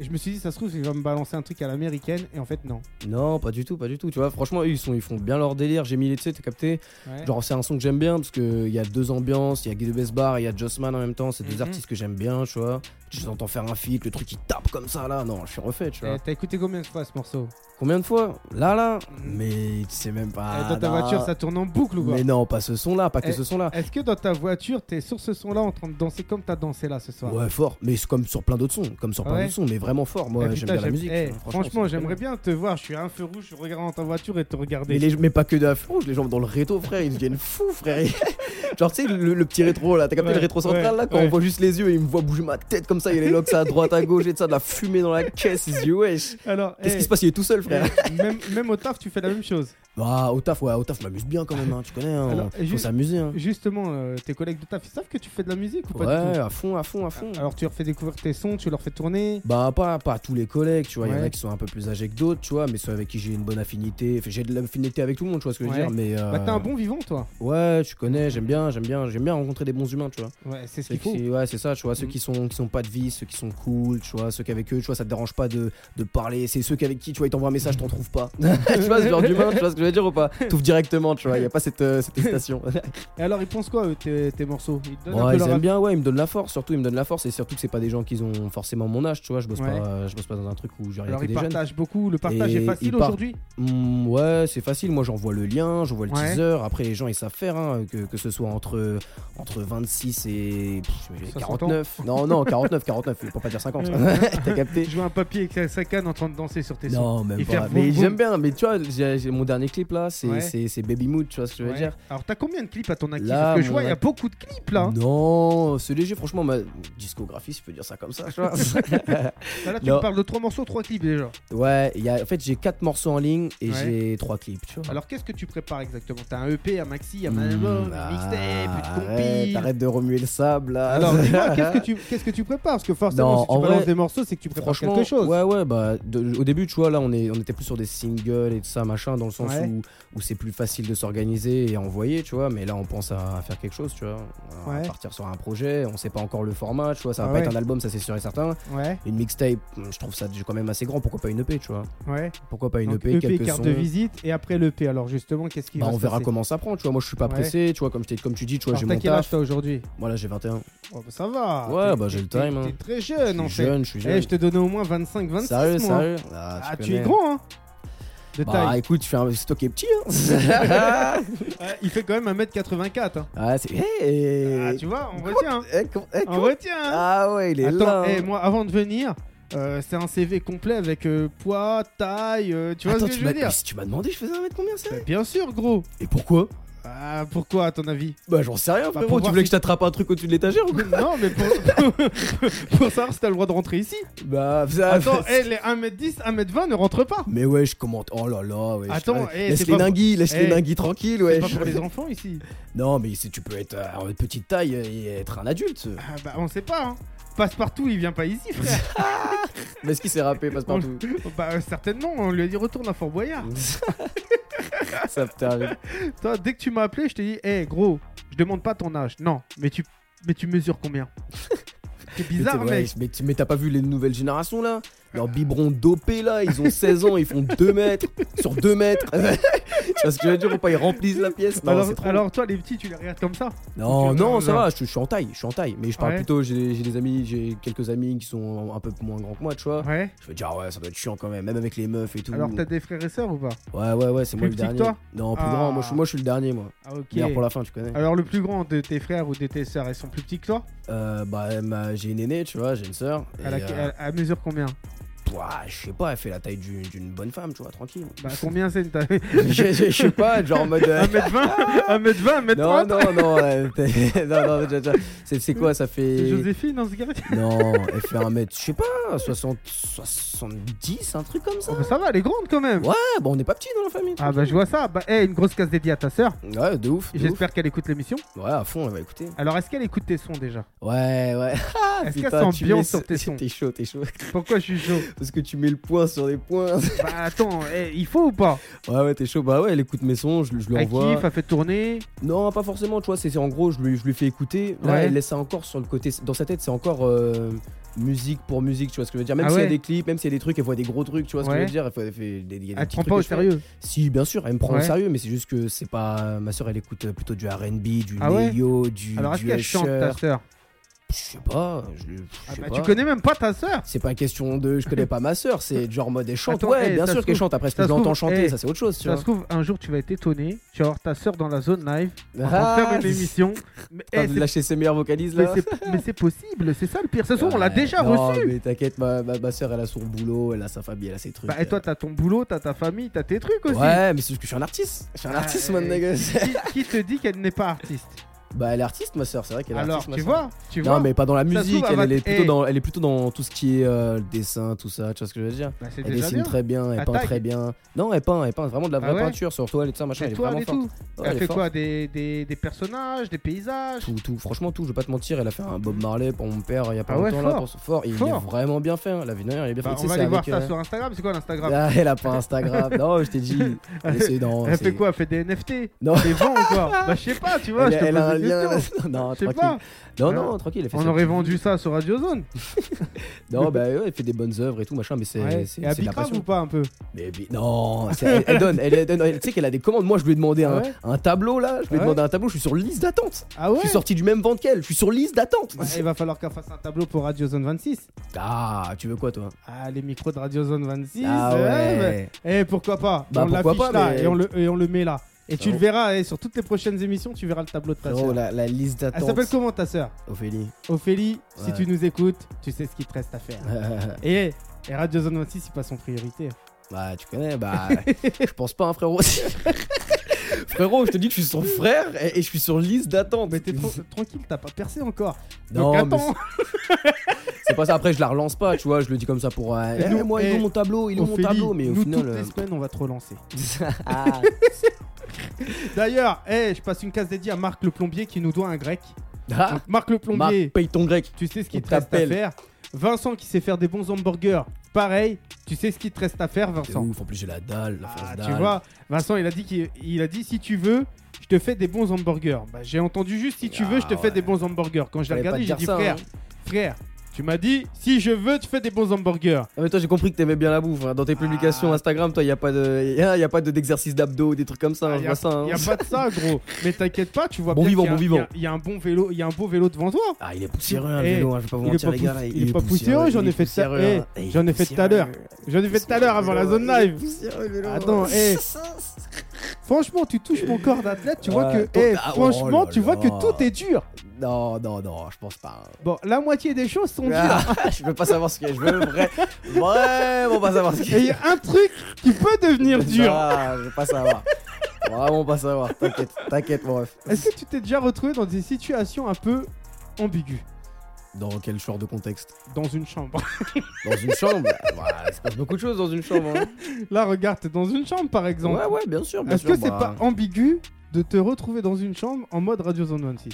S3: Et je me suis dit, ça se trouve, il va me balancer un truc à l'américaine. Et en fait, non.
S4: Non, pas du tout, pas du tout. Tu vois, franchement, eux, ils, sont, ils font bien leur délire. J'ai mis les, tu sais, t'as capté.
S3: Ouais.
S4: Genre, c'est un son que j'aime bien parce qu'il y a deux ambiances. Il y a Guido Besbar et il y a Jossman en même temps. C'est deux
S3: Mhm.
S4: artistes que j'aime bien, tu vois. Je les entends faire un feat, le truc il tape comme ça là. Non, je suis refait, tu vois.
S3: Eh, T'as écouté combien de fois ce morceau
S4: Combien de fois Là, là Mais tu sais même
S3: Eh,
S4: pas.
S3: Mhm. Dans ta
S4: là.
S3: voiture, ça tourne en boucle ou quoi
S4: Ah Mais non, pas ce son là, pas que
S3: Eh,
S4: ce son là.
S3: Est-ce que dans ta voiture, t'es sur ce son-là en train de danser comme t'as dansé là ce soir
S4: Ouais, fort. Mais c'est comme sur plein d'autres sons. Comme sur plein
S3: Ouais.
S4: d'autres sons, mais vraiment fort.
S3: Eh,
S4: Moi,
S3: putain,
S4: j'aime bien la
S3: j'aime-
S4: musique.
S3: eh,
S4: tu vois.
S3: franchement,
S4: c'est
S3: j'aimerais bien te voir. Je suis à un feu rouge, je regarde dans ta voiture et te regarder.
S4: Mais, les- mais pas que de la frange, les gens dans le rétro, frère, ils deviennent fous, frère. Genre, tu sais, le, le petit rétro là, t'as capté
S3: Ouais,
S4: le rétro central
S3: ouais,
S4: là, quand
S3: ouais.
S4: on voit juste les yeux, ils me voient bouger ma tête comme ça, il y a les locks à droite, à gauche et de ça, de la fumée dans la caisse, ils se disent, wesh.
S3: Alors,
S4: Qu'est-ce
S3: eh,
S4: qui se passe Il est tout seul, frère.
S3: eh, même, même au taf, tu fais la même chose.
S4: Bah, au taf, ouais, au taf, je m'amuse bien quand même, hein, tu connais, hein,
S3: Alors,
S4: faut
S3: ju-
S4: s'amuser. Hein.
S3: Justement, euh, tes collègues de taf, ils savent que tu fais de la musique ou pas du
S4: Ouais,
S3: tout
S4: à fond, à fond, à fond.
S3: Alors, tu leur fais découvrir tes sons, tu leur fais tourner.
S4: Bah pas, pas tous les collègues, tu vois, il y en
S3: Ouais.
S4: a qui sont un peu plus âgés que d'autres, tu vois, mais ceux avec qui j'ai une bonne affinité, Enfin, j'ai de l'affinité avec tout le monde, tu vois ce que je
S3: Ouais.
S4: veux dire, mais... euh,
S3: Bah, t'es un bon vivant, toi.
S4: Ouais, tu connais, j'aime bien, j'aime bien, j'aime bien rencontrer des bons humains, tu vois.
S3: Ouais, c'est ce
S4: Ceux
S3: qu'il faut.
S4: qui- ouais, c'est ça, tu vois, ceux
S3: Mm.
S4: qui sont, qui sont pas de vie, ceux qui sont cool, tu vois, ceux qui avec eux, tu vois, ça te dérange pas de, de parler, c'est ceux qui avec qui, tu vois, ils t'envoient un message, t'en trouves pas. tu vois, ce genre d'humain, tu vois ce que je veux dire ou pas T'ouvres directement, tu vois, il y a pas cette, euh, cette hésitation.
S3: Et alors, ils pensent quoi, eux, tes, tes morceaux Ils te donnent un
S4: Ouais,
S3: peu
S4: ils
S3: leur
S4: aiment
S3: avis
S4: bien, ouais, ils me donnent la force, surtout ils me donnent la force, et surtout que c'est pas des gens qui ont forcément mon âge, tu vois, je bosse,
S3: Ouais.
S4: pas, euh, je bosse pas dans un truc où j'ai rien
S3: Alors,
S4: que
S3: ils
S4: des jeunes.
S3: partagent beaucoup. Le partage
S4: Et
S3: est facile
S4: ils partent.
S3: aujourd'hui
S4: Hmm, ouais, c'est facile. Moi, j'envoie le lien, j'envoie le
S3: Ouais.
S4: teaser. Après, les gens, ils savent faire, hein, que, que ce soit entre, entre 26 et pff,
S3: 60
S4: 49. Non, non, 49, 49, pour pas dire 50. T'as capté
S3: Je vois un papier avec sa canne en train de danser sur tes sons.
S4: Non, même
S3: Et
S4: pas.
S3: faire boum,
S4: Mais
S3: boum.
S4: j'aime bien. Mais tu vois, j'ai- j'ai- mon dernier clip là, c'est
S3: Ouais.
S4: c'est- c'est Baby Mood, tu vois ce que je veux
S3: Ouais.
S4: dire
S3: Alors, t'as combien de clips à ton actif
S4: Là,
S3: Parce que je
S4: mon
S3: vois, il y a
S4: act-
S3: beaucoup de clips là. hein.
S4: Non, c'est léger, franchement, ma discographie, si je peux dire ça comme ça, tu vois.
S3: Bah, là, tu
S4: Non.
S3: me parles de trois morceaux, trois clips déjà.
S4: ouais, il y a, en fait, j'ai 4 morceaux en ligne et
S3: Ouais.
S4: j'ai 3 clips, tu vois.
S3: Alors, qu'est-ce que tu prépares exactement T'as un EP, un maxi, un
S4: Hmm,
S3: album,
S4: ah,
S3: un mixtape, une
S4: arrête,
S3: compil
S4: arrête de remuer le sable là.
S3: Alors, dis-moi, qu'est-ce que tu- qu'est-ce que tu prépares Parce que forcément,
S4: Non,
S3: si tu
S4: en
S3: balances
S4: vrai,
S3: des morceaux, c'est que tu prépares
S4: Franchement,
S3: quelque chose.
S4: Ouais, ouais, bah, de- au début, tu vois, là, on, est, on était plus sur des singles et tout ça, machin, dans le sens
S3: Ouais.
S4: où, où c'est plus facile de s'organiser et à envoyer, tu vois, mais là, on pense à, à faire quelque chose, tu vois, à
S3: Ouais.
S4: partir sur un projet, on sait pas encore le format, tu vois, ça va
S3: Ah
S4: pas
S3: ouais.
S4: être un album, ça c'est sûr et certain.
S3: Ouais,
S4: Une mixtape, hum, je trouve ça déjà quand même assez grand, pourquoi pas une EP, tu vois,
S3: ouais.
S4: pourquoi pas une
S3: Donc,
S4: EP,
S3: EP,
S4: quelques
S3: carte
S4: sons.
S3: de visite et après l'EP. Alors, justement, qu'est-ce qui
S4: Bah,
S3: va
S4: on
S3: se
S4: verra
S3: passer
S4: comment ça prend, tu vois. Moi, je suis pas
S3: Ouais.
S4: pressé, tu vois, comme je t'ai- comme tu dis, tu vois,
S3: Alors,
S4: j'ai
S3: t'as
S4: mon
S3: quel âge
S4: taf.
S3: toi aujourd'hui
S4: Moi, là, j'ai 21.
S3: Oh, bah, Ça va.
S4: Ouais,
S3: T'es-
S4: bah,
S3: t'es-
S4: j'ai le time,
S3: T'es
S4: hein.
S3: t'es très
S4: Je
S3: jeune en
S4: suis
S3: fait.
S4: jeune, je suis
S3: Eh,
S4: jeune.
S3: je te donnais au moins 25, 26.
S4: Sérieux,
S3: moi.
S4: sérieux.
S3: Ah, tu es
S4: connais.
S3: grand, hein De
S4: Bah,
S3: taille.
S4: écoute, tu fais un stock qui est petit, hein.
S3: Ouais, Eh, Il fait quand même 1m84. hein.
S4: Ah, c'est. Hey
S3: Ah, tu vois, on retient. hein.
S4: Eh, com- eh,
S3: On
S4: com-
S3: retient. hein.
S4: Ah ouais, il est
S3: Attends,
S4: là.
S3: eh, moi, avant de venir, Euh, c'est un CV complet avec euh, poids, taille, euh, tu vois
S4: Attends,
S3: ce que
S4: tu
S3: je veux
S4: m'as-
S3: dire
S4: mais si tu m'as demandé, je faisais un mètre combien ça
S3: Bah, Bien sûr, gros.
S4: Et pourquoi
S3: Ah, pourquoi, à ton avis
S4: Bah j'en sais rien,
S3: Bah,
S4: frérot.
S3: pour
S4: tu
S3: voir
S4: voulais
S3: si-
S4: que je t'attrape un truc au-dessus de l'étagère ou quoi
S3: Non, mais pour, pour savoir si t'as le droit de rentrer ici.
S4: Bah ça.
S3: Attends, eh, les 1m10, 1m20 ne rentrent pas.
S4: Mais ouais, je commente. Oh là là, ouais. je-
S3: Attends, eh,
S4: laisse
S3: c'est
S4: les
S3: pas pour-
S4: dinguis, laisse les
S3: eh,
S4: dinguis tranquilles, ouais.
S3: C'est pas pour les enfants ici.
S4: Non, mais si tu peux être euh, en petite taille et être un adulte.
S3: Ah, bah, on sait pas. Hein. Passe-partout, il vient pas ici, frère.
S4: Mais est-ce qu'il s'est râpé passe-partout
S3: bah, euh, certainement, on lui a dit retourne à Fort Boyard.
S4: Ça peut t'arriver.
S3: Toi, dès que tu m'as appelé, je t'ai dit, hé gros, je demande pas ton âge. Non, mais tu, mais tu mesures combien C'est bizarre,
S4: mais, t'es- ouais,
S3: mec.
S4: mais tu- mais t'as pas vu les nouvelles générations là Leurs biberons dopés là, ils ont 16 ans, ils font 2 mètres sur 2 mètres. Parce que je veux dire, faut pas ils remplissent la pièce. Non, c'est
S3: alors,
S4: trop.
S3: alors, toi, les petits, tu les regardes comme ça.
S4: non,
S3: tu-
S4: non,
S3: non,
S4: ça
S3: non.
S4: va, je, je suis en taille, je suis en taille. Mais je parle
S3: Ouais.
S4: plutôt, j'ai j'ai des amis, j'ai quelques amis qui sont un peu moins grands que moi, tu vois.
S3: Ouais.
S4: Je veux dire, ah ouais, ça doit être chiant quand même, même avec les meufs et tout.
S3: Alors, t'as des frères et sœurs ou pas
S4: Ouais, ouais, ouais, c'est moi
S3: Plus
S4: le
S3: petit que
S4: dernier.
S3: toi
S4: non, plus
S3: Ah.
S4: grand, moi je, suis- moi je suis le dernier, moi.
S3: Ah, ok.
S4: D'ailleurs, pour la fin, tu connais.
S3: Alors, le plus grand de tes frères ou de tes sœurs, ils sont plus petits que toi
S4: Euh, bah, ma- j'ai une aînée, tu vois, j'ai une sœur. et,
S3: à, la-
S4: euh,
S3: à- à mesure combien
S4: pouah, je sais pas, elle fait la taille d'une d'une bonne femme, tu vois, tranquille.
S3: Bah, combien c'est une taille
S4: je, je- je sais pas, genre en mode. euh,
S3: 1m20 1m20, 1m30
S4: non, non, non, euh, non, non, déjà, déjà, c'est c'est quoi, ça
S3: C'est
S4: fait.
S3: Joséphine dans ce quartier
S4: Non, elle fait un mètre, je sais pas, 60, 70, un truc comme ça.
S3: Oh, bah, Ça va, elle est grande quand même.
S4: Ouais, bon, on est pas petit dans la famille. tu
S3: Ah, bah, je vois ça. Bah, hé, une grosse casse dédiée à ta sœur.
S4: vois. Ouais, de ouf. de ouf.
S3: J'espère qu'elle écoute l'émission.
S4: Ouais, à fond, elle va écouter.
S3: Alors, est-ce qu'elle écoute tes sons déjà
S4: Ouais, ouais. Ah,
S3: Est-ce
S4: putain,
S3: qu'elle
S4: tu
S3: s'ambiance
S4: mets-
S3: sur tes sons
S4: T'es chaud, t'es chaud.
S3: Pourquoi je suis chaud
S4: Parce que tu mets le point sur les points.
S3: Bah attends, eh, il faut ou pas
S4: Ouais, ouais, t'es chaud. Bah ouais, elle écoute mes sons, je, je lui
S3: Elle
S4: envoie.
S3: kiffe, elle fait tourner.
S4: Non, pas forcément, tu vois. C'est c'est en gros, je lui, je lui fais écouter. Là,
S3: Ouais.
S4: elle laisse ça encore sur le côté. Dans sa tête, c'est encore euh, musique pour musique, tu vois ce que je veux dire. Même
S3: Ah
S4: s'il y a
S3: ouais.
S4: des clips, même s'il y a des trucs, elle voit des gros trucs, tu vois ce que je
S3: Ouais.
S4: veux dire. Elle fait, elle fait des, il y a des
S3: Elle te
S4: petits
S3: prend
S4: trucs
S3: pas au
S4: que je fais.
S3: sérieux.
S4: Si, bien sûr, elle me prend au
S3: Ouais.
S4: sérieux, mais c'est juste que c'est pas. Ma soeur, elle écoute plutôt du RB, du
S3: Ah ouais
S4: Neyo, du.
S3: Alors est-ce
S4: du
S3: qu'elle chante ta
S4: Usher.
S3: sœur
S4: Je sais pas. Je, je
S3: Ah
S4: sais
S3: bah,
S4: pas.
S3: Tu connais même pas ta sœur
S4: C'est pas question de je connais pas ma soeur, c'est genre mode elle chante.
S3: Attends, eh,
S4: ouais, bien
S3: ça
S4: sûr
S3: se
S4: qu'elle
S3: trouve-
S4: chante. Après, ce que
S3: ça
S4: je
S3: se trouve,
S4: l'entends chanter,
S3: eh,
S4: ça c'est autre chose, tu
S3: Ça
S4: vois.
S3: se trouve, un jour tu vas être étonné. Tu vas voir ta sœur dans la zone live. On va
S4: Ah,
S3: faire une
S4: c'est-
S3: émission. Mais, eh,
S4: Putain, de
S3: c'est-
S4: lâcher ses meilleures vocalises
S3: mais
S4: là.
S3: c'est- mais c'est possible, c'est ça le pire. Ce soir, on l'a
S4: Ouais,
S3: déjà
S4: non,
S3: reçu.
S4: mais t'inquiète, ma, ma, soeur elle a son boulot, elle a sa famille, elle a ses trucs.
S3: Bah, et toi, t'as ton boulot, t'as ta famille, t'as tes trucs
S4: euh.
S3: aussi.
S4: Ouais, mais c'est juste que je suis un artiste. Je suis un
S3: Ah,
S4: artiste,
S3: eh,
S4: mon nigga.
S3: Qui, qui te dit qu'elle n'est pas artiste
S4: Bah, elle est artiste, ma soeur, c'est vrai qu'elle est
S3: Alors,
S4: artiste. ma
S3: tu
S4: sœur.
S3: vois, tu
S4: Non,
S3: vois.
S4: mais pas dans la
S3: se
S4: musique,
S3: trouve,
S4: elle,
S3: elle
S4: elle est
S3: va-
S4: plutôt
S3: eh.
S4: dans, elle est plutôt dans tout ce qui est euh, le dessin, tout ça, tu vois ce que je veux dire.
S3: Bah, c'est
S4: Elle
S3: déjà
S4: dessine
S3: bien.
S4: très bien, elle
S3: La
S4: peint
S3: taille.
S4: très bien. Non, elle peint, elle peint vraiment de la
S3: Ah
S4: vraie
S3: ouais
S4: peinture sur toile et tout ça, machin,
S3: Des
S4: elle est
S3: toiles
S4: vraiment
S3: et
S4: forte.
S3: tout.
S4: Ouais,
S3: elle
S4: est
S3: fait
S4: forte.
S3: quoi des, des, des personnages, des paysages
S4: tout, tout, franchement tout, je vais pas te mentir, elle a fait un Bob Marley pour mon père il y a pas
S3: Ah ouais,
S4: longtemps là,
S3: fort.
S4: pour ce fort, et il est
S3: Fort.
S4: vraiment bien fait, hein. la vie dernière, il est bien
S3: Bah,
S4: fait. Tu
S3: on
S4: sais,
S3: va
S4: c'est
S3: aller voir
S4: avec,
S3: ça
S4: euh,
S3: sur Instagram. C'est quoi l'Instagram
S4: Ah, elle a pas Instagram. non, je t'ai dit. Elle, essaie d'en-
S3: Elle
S4: c'est-
S3: fait quoi Elle fait des NFT
S4: Non.
S3: Des vents ou quoi Bah je sais pas, tu vois.
S4: elle,
S3: je te
S4: elle a
S3: pose
S4: un
S3: des
S4: lien.
S3: questions.
S4: non,
S3: Je sais
S4: tranquille.
S3: pas.
S4: Non, non, tranquille. Elle fait
S3: On
S4: ça.
S3: aurait vendu ça sur Radio Zone.
S4: Non, bah ouais, elle fait des bonnes œuvres et tout, machin, mais c'est
S3: Ouais.
S4: c'est-
S3: Et à
S4: c'est de la
S3: Bicrave ou
S4: passion.
S3: pas un peu
S4: Mais bi- non, c'est- elle, elle donne. Elle, elle donne- elle- tu sais qu'elle a des commandes. Moi, je lui ai demandé un,
S3: Ah Ouais. Ah
S4: un tableau là. Je lui ai
S3: Ouais.
S4: demandé un tableau. Je suis sur liste d'attente.
S3: Ah ouais
S4: Je suis sorti du même vente qu'elle. Je suis sur liste d'attente.
S3: Ouais, Il va falloir qu'elle fasse un tableau pour Radio Zone 26.
S4: Ah, tu veux quoi, toi
S3: Ah les micros de Radio Zone 26.
S4: Ah ouais.
S3: bah, Eh pourquoi pas
S4: Bah,
S3: On
S4: pourquoi
S3: l'affiche
S4: pas,
S3: là
S4: mais-
S3: et, on le, et on le met là. Et tu
S4: Ah
S3: le
S4: bon.
S3: verras eh, sur toutes les prochaines émissions, tu verras le tableau de ta
S4: Frérot,
S3: sœur.
S4: la, la liste
S3: Elle s'appelle
S4: d'attente.
S3: comment ta sœur
S4: Ophélie.
S3: Ophélie,
S4: Ouais.
S3: si tu nous écoutes, tu sais ce qu'il te reste à faire. Et, et Radio Zone 26, il passe en priorité.
S4: Bah, tu connais, bah. je pense pas, hein, frérot. frérot, je te dis que je suis son frère et, et je suis sur liste d'attente.
S3: Mais t'es tran- tranquille, t'as pas percé encore.
S4: Oh, Non,
S3: Donc
S4: mais
S3: attends.
S4: c'est pas ça. Après, je la relance pas, tu vois. Je le dis comme ça pour. euh,
S3: Et
S4: eh,
S3: nous,
S4: moi, il
S3: eh,
S4: est mon tableau, il est mon
S3: Ophélie,
S4: tableau, mais au
S3: nous,
S4: final.
S3: toutes les
S4: euh,
S3: semaines, on va te relancer.
S4: ah,
S3: D'ailleurs, eh, je passe une case dédiée à Marc le plombier qui nous doit un grec.
S4: ah,
S3: Donc, Marc le
S4: Marc,
S3: plombier,
S4: paye ton grec.
S3: tu sais ce
S4: on
S3: qu'il te reste à
S4: t'appelle.
S3: faire. Vincent qui sait faire des bons hamburgers, pareil, tu sais ce qu'il te reste à faire,
S4: C'est
S3: Vincent.
S4: ouf, en plus, j'ai la dalle, la
S3: Ah,
S4: fausse dalle.
S3: tu vois, Vincent, il a dit qu'il il a dit si tu veux, je te fais des bons hamburgers. Bah, j'ai entendu juste si tu
S4: Ah,
S3: veux, je te
S4: ouais.
S3: fais des bons hamburgers. Quand je l'ai
S4: Fallait pas
S3: regardé, j'ai
S4: te dire
S3: dit
S4: ça,
S3: frère,
S4: hein.
S3: frère, tu m'as dit si je veux, tu fais des bons hamburgers.
S4: Ah, mais toi, j'ai compris que t'aimais bien la bouffe. hein. Dans tes
S3: Ah.
S4: publications Instagram, toi, y a pas de, y a, y a pas de- d'exercice d'abdos, des trucs comme ça. hein,
S3: Ah,
S4: je
S3: y a-
S4: vois ça. hein.
S3: Il y a pas de ça, gros. Mais t'inquiète pas, tu vois
S4: Bon
S3: bien
S4: vivant,
S3: qu'il y a-
S4: bon vivant.
S3: il y a- Il y a un bon vélo, il y a un beau vélo devant toi.
S4: Ah, il est poussiéreux, un
S3: Eh,
S4: vélo, hein, je vais pas vous
S3: il est
S4: mentir,
S3: pas
S4: les gars.
S3: pouss-
S4: là,
S3: il est pas poussiéreux, j'en ai
S4: il est
S3: fait ça-
S4: poussiéreux,
S3: eh,
S4: hein.
S3: j'en ai fait tout à l'heure.
S4: Poussiéreux, hein.
S3: J'en ai fait tout à l'heure avant la zone
S4: il est
S3: live.
S4: poussiéreux, le vélo.
S3: Attends, eh. Franchement, tu touches mon corps d'athlète, tu vois
S4: Ouais,
S3: que.
S4: ton-
S3: eh,
S4: Ah, oh
S3: franchement,
S4: là
S3: tu vois que
S4: là.
S3: tout est dur.
S4: Non, non, non, je pense pas. hein.
S3: Bon, la moitié des choses sont dures.
S4: Ah, je veux pas savoir ce que je veux, vrai, vraiment pas savoir ce
S3: Et il y
S4: que
S3: a un truc qui peut devenir dur.
S4: Ah, je veux pas savoir. Vraiment pas savoir, t'inquiète, t'inquiète mon ref.
S3: Est-ce que tu t'es déjà retrouvé dans des situations un peu ambiguës
S4: Dans quel genre de contexte
S3: dans une chambre.
S4: Dans une chambre Bah, Il se passe beaucoup de choses dans une chambre. hein.
S3: Là, regarde, t'es dans une chambre par exemple.
S4: Ouais, ouais, bien sûr. bien
S3: Est-ce
S4: sûr,
S3: que c'est
S4: bah.
S3: pas ambigu de te retrouver dans une chambre en mode Radio Zone 26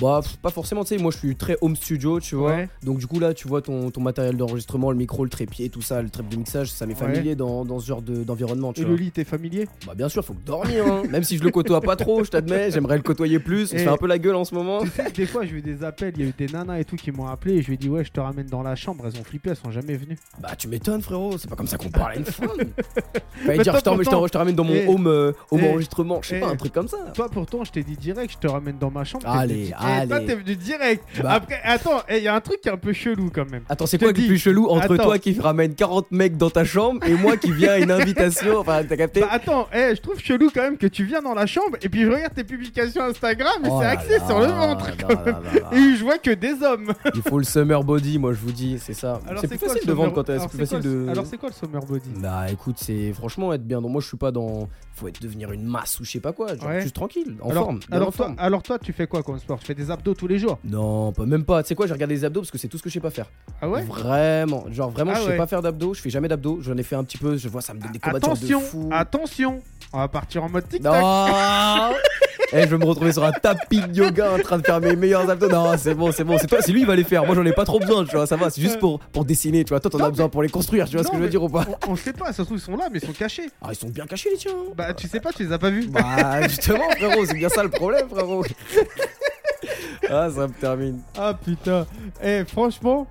S4: Bah, pff, pas forcément, tu sais, moi je suis très home studio, tu vois.
S3: Ouais.
S4: Donc, du coup, là, tu vois ton, ton matériel d'enregistrement, le micro, le trépied, tout ça, le trep de mixage, ça m'est
S3: Ouais.
S4: familier dans, dans ce genre de- d'environnement, tu
S3: Et le
S4: vois.
S3: lit, t'es familier
S4: Bah, bien sûr, faut que dormir, hein. Même si je le côtoie pas trop, je t'admets, j'aimerais le côtoyer plus. On
S3: Et-
S4: se fait un peu la gueule en ce moment.
S3: Tu sais, des fois, j'ai eu des appels, il y a eu des nanas et tout qui m'ont appelé et je lui ai dit, ouais, je te ramène dans la chambre. Elles ont flippé, elles sont jamais venues.
S4: Bah, tu m'étonnes, frérot, c'est pas comme ça qu'on parle à une femme.
S3: Mais
S4: Fallait dire,
S3: toi,
S4: je t'en- je t'en-
S3: pourtant-
S4: je te ramène dans mon
S3: Eh.
S4: home, euh, home
S3: Eh.
S4: enregistrement, je sais pas,
S3: Eh.
S4: un truc comme ça.
S3: Toi, pourtant, je t'ai dit direct, je te ramène dans ma chambre. t'es
S4: Allez,
S3: venu di-
S4: allez.
S3: Et toi, t'es venu direct.
S4: Bah.
S3: Après, attends, eh, il y a un truc qui est un peu chelou quand même.
S4: Attends, c'est
S3: Je te
S4: quoi le
S3: dis,
S4: plus chelou entre
S3: attends.
S4: toi qui ramène 40 mecs dans ta chambre et moi qui viens à une invitation Enfin, t'as capté
S3: Bah, attends, eh, je trouve chelou quand même que tu viens dans la chambre et puis je regarde tes publications Instagram et
S4: Oh
S3: c'est
S4: là
S3: axé
S4: là,
S3: sur le ventre.
S4: là
S3: quand
S4: là
S3: même.
S4: là là là.
S3: Et je vois que des hommes.
S4: Il faut le summer body, moi je vous dis, c'est ça.
S3: Alors,
S4: C'est plus
S3: quoi
S4: facile
S3: le
S4: de vendre
S3: summer-
S4: quand t'as- c'est
S3: alors,
S4: plus
S3: c'est quoi
S4: facile
S3: le-
S4: de.
S3: Alors, c'est quoi le summer body
S4: Bah écoute, c'est franchement être bien. dans moi je suis pas dans. Faut être devenir une masse ou je sais pas quoi. Genre
S3: Ouais.
S4: juste tranquille, en
S3: alors,
S4: forme. bien en
S3: alors, toi,
S4: forme.
S3: alors toi, tu fais quoi comme sport Tu fais des abdos tous les jours
S4: Non, pas, même pas. Tu sais quoi, j'ai regardé les abdos parce que c'est tout ce que je sais pas faire.
S3: Ah ouais
S4: Vraiment, genre vraiment,
S3: Ah
S4: je sais
S3: ouais.
S4: pas faire d'abdos. Je fais jamais d'abdos. J'en ai fait un petit peu. Je vois, ça me donne des combattures de
S3: Attention,
S4: fou.
S3: attention On va partir en mode tic-tac.
S4: Non Eh, je vais me retrouver sur un tapis de yoga en train de faire mes meilleurs abdos. Non, c'est bon, c'est bon, c'est toi, c'est lui il va les faire. Moi, j'en ai pas trop besoin, tu vois, ça va, c'est juste pour, pour dessiner, tu vois. Toi, t'en
S3: Non,
S4: as besoin pour les construire, tu vois
S3: Non,
S4: ce que je veux
S3: mais
S4: dire ou pas
S3: On, on sait pas, ça se trouve, ils sont là, mais ils sont cachés.
S4: Ah, ils sont bien cachés, les tiens. hein.
S3: Bah, tu sais pas, tu les as pas vus.
S4: Bah, justement, frérot, c'est bien ça le problème, frérot. Ah, ça me termine.
S3: Ah putain. Eh, franchement,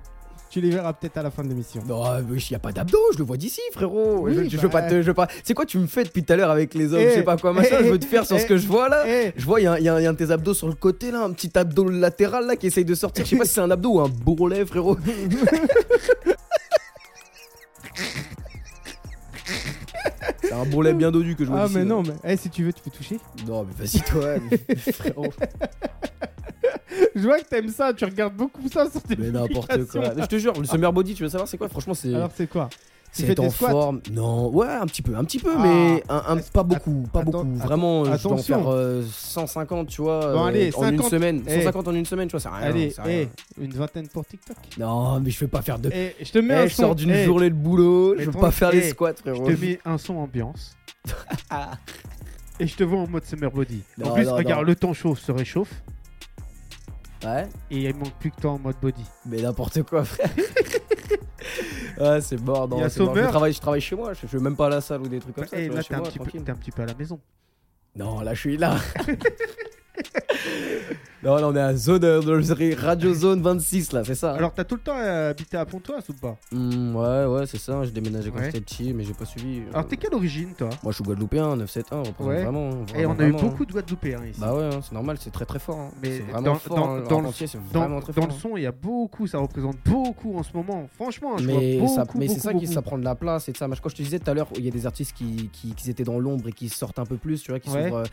S3: tu les verras peut-être à la fin de l'émission.
S4: Non, mais il y a pas d'abdos, je le vois d'ici, frérot.
S3: Oui,
S4: je, je veux
S3: bah.
S4: pas te. Je veux pas... C'est quoi, tu me fais depuis tout à l'heure avec les hommes,
S3: Eh,
S4: je sais pas quoi, machin,
S3: eh,
S4: je veux te faire sur
S3: eh,
S4: ce que je vois là.
S3: Eh,
S4: Je vois, il y, a un- y a un y a un de tes abdos sur le côté là, un petit abdo latéral là qui essaye de sortir. Je sais pas si c'est un abdo ou un bourrelet, frérot. c'est un bourrelet bien dodu que je vois.
S3: ah
S4: d'ici,
S3: mais
S4: là.
S3: non, mais eh, si tu veux, tu peux toucher.
S4: Non, mais vas-y, toi, mais- frérot.
S3: Je vois que t'aimes ça, tu regardes beaucoup ça sur tes
S4: Mais n'importe
S3: publications.
S4: quoi. Je te jure, le summer body, tu veux savoir c'est quoi Franchement, c'est.
S3: Alors c'est quoi tu
S4: C'est
S3: fais des
S4: en
S3: squats
S4: forme. Non, ouais, un petit peu, un petit peu,
S3: Ah.
S4: mais un, un- pas beaucoup, pas
S3: Attends,
S4: beaucoup.
S3: attends,
S4: Vraiment, euh, je dois en
S3: attention.
S4: faire euh, 150, tu vois,
S3: Bon,
S4: euh,
S3: allez,
S4: en une
S3: 50,
S4: semaine.
S3: eh.
S4: 150 en une semaine, tu vois, c'est rien.
S3: Allez,
S4: Ah c'est
S3: eh,
S4: rien.
S3: une vingtaine pour TikTok.
S4: Non, mais je vais pas faire de
S3: Eh, je te mets
S4: Eh,
S3: un
S4: je
S3: son.
S4: sors d'une
S3: eh,
S4: journée de boulot,
S3: Mais
S4: je veux
S3: ton-
S4: pas faire
S3: eh,
S4: les squats,
S3: Je
S4: frérot.
S3: te mets un son ambiance. Et je te vois en mode summer body. en
S4: Non,
S3: plus,
S4: non,
S3: regarde,
S4: non.
S3: le temps chauffe se réchauffe
S4: Ouais,
S3: et il manque plus que toi en mode body.
S4: mais n'importe quoi, frère. ah, c'est mort,
S3: Il y
S4: non,
S3: a Eh,
S4: c'est mort. Je
S3: Sommer.
S4: travaille, je travaille chez moi, je, je vais même pas à la salle ou des trucs comme ça.
S3: et
S4: tu vois,
S3: là,
S4: chez
S3: t'es un,
S4: moi,
S3: petit peu-
S4: tranquille.
S3: t'es un petit peu à la maison.
S4: Non, là, je suis là. non, là, on est à zone, euh, dans le- Radio Zone 26, là, c'est ça. hein
S3: Alors, t'as tout le temps euh, habité à Pontoise ou pas
S4: Hmm, ouais, ouais, c'est ça, j'ai déménagé quand
S3: Ouais.
S4: j'étais petit, mais j'ai pas suivi. euh,
S3: Alors, t'es quelle origine, toi
S4: Moi, je suis Guadeloupéen, 971, on représente
S3: Ouais.
S4: vraiment.
S3: Et
S4: vraiment,
S3: on a eu
S4: vraiment,
S3: beaucoup de Guadeloupéens ici.
S4: Bah ouais, hein, c'est normal, c'est très très fort. hein.
S3: Mais
S4: c'est vraiment
S3: dans-
S4: fort.
S3: dans-
S4: hein,
S3: dans le-
S4: Arpentier, c'est
S3: dans,
S4: vraiment très
S3: dans
S4: fort.
S3: le
S4: hein.
S3: son, il y a beaucoup, ça représente beaucoup en ce moment. Franchement, hein, je
S4: mais
S3: vois
S4: ça-
S3: beaucoup,
S4: mais c'est
S3: beaucoup,
S4: ça qui
S3: beaucoup.
S4: ça prend de la place et de ça Moi, quand je te disais tout à l'heure il y a des artistes qui, qui, qui étaient dans l'ombre et qui sortent un peu plus tu vois qui
S3: Ouais.
S4: s'ouvrent, euh,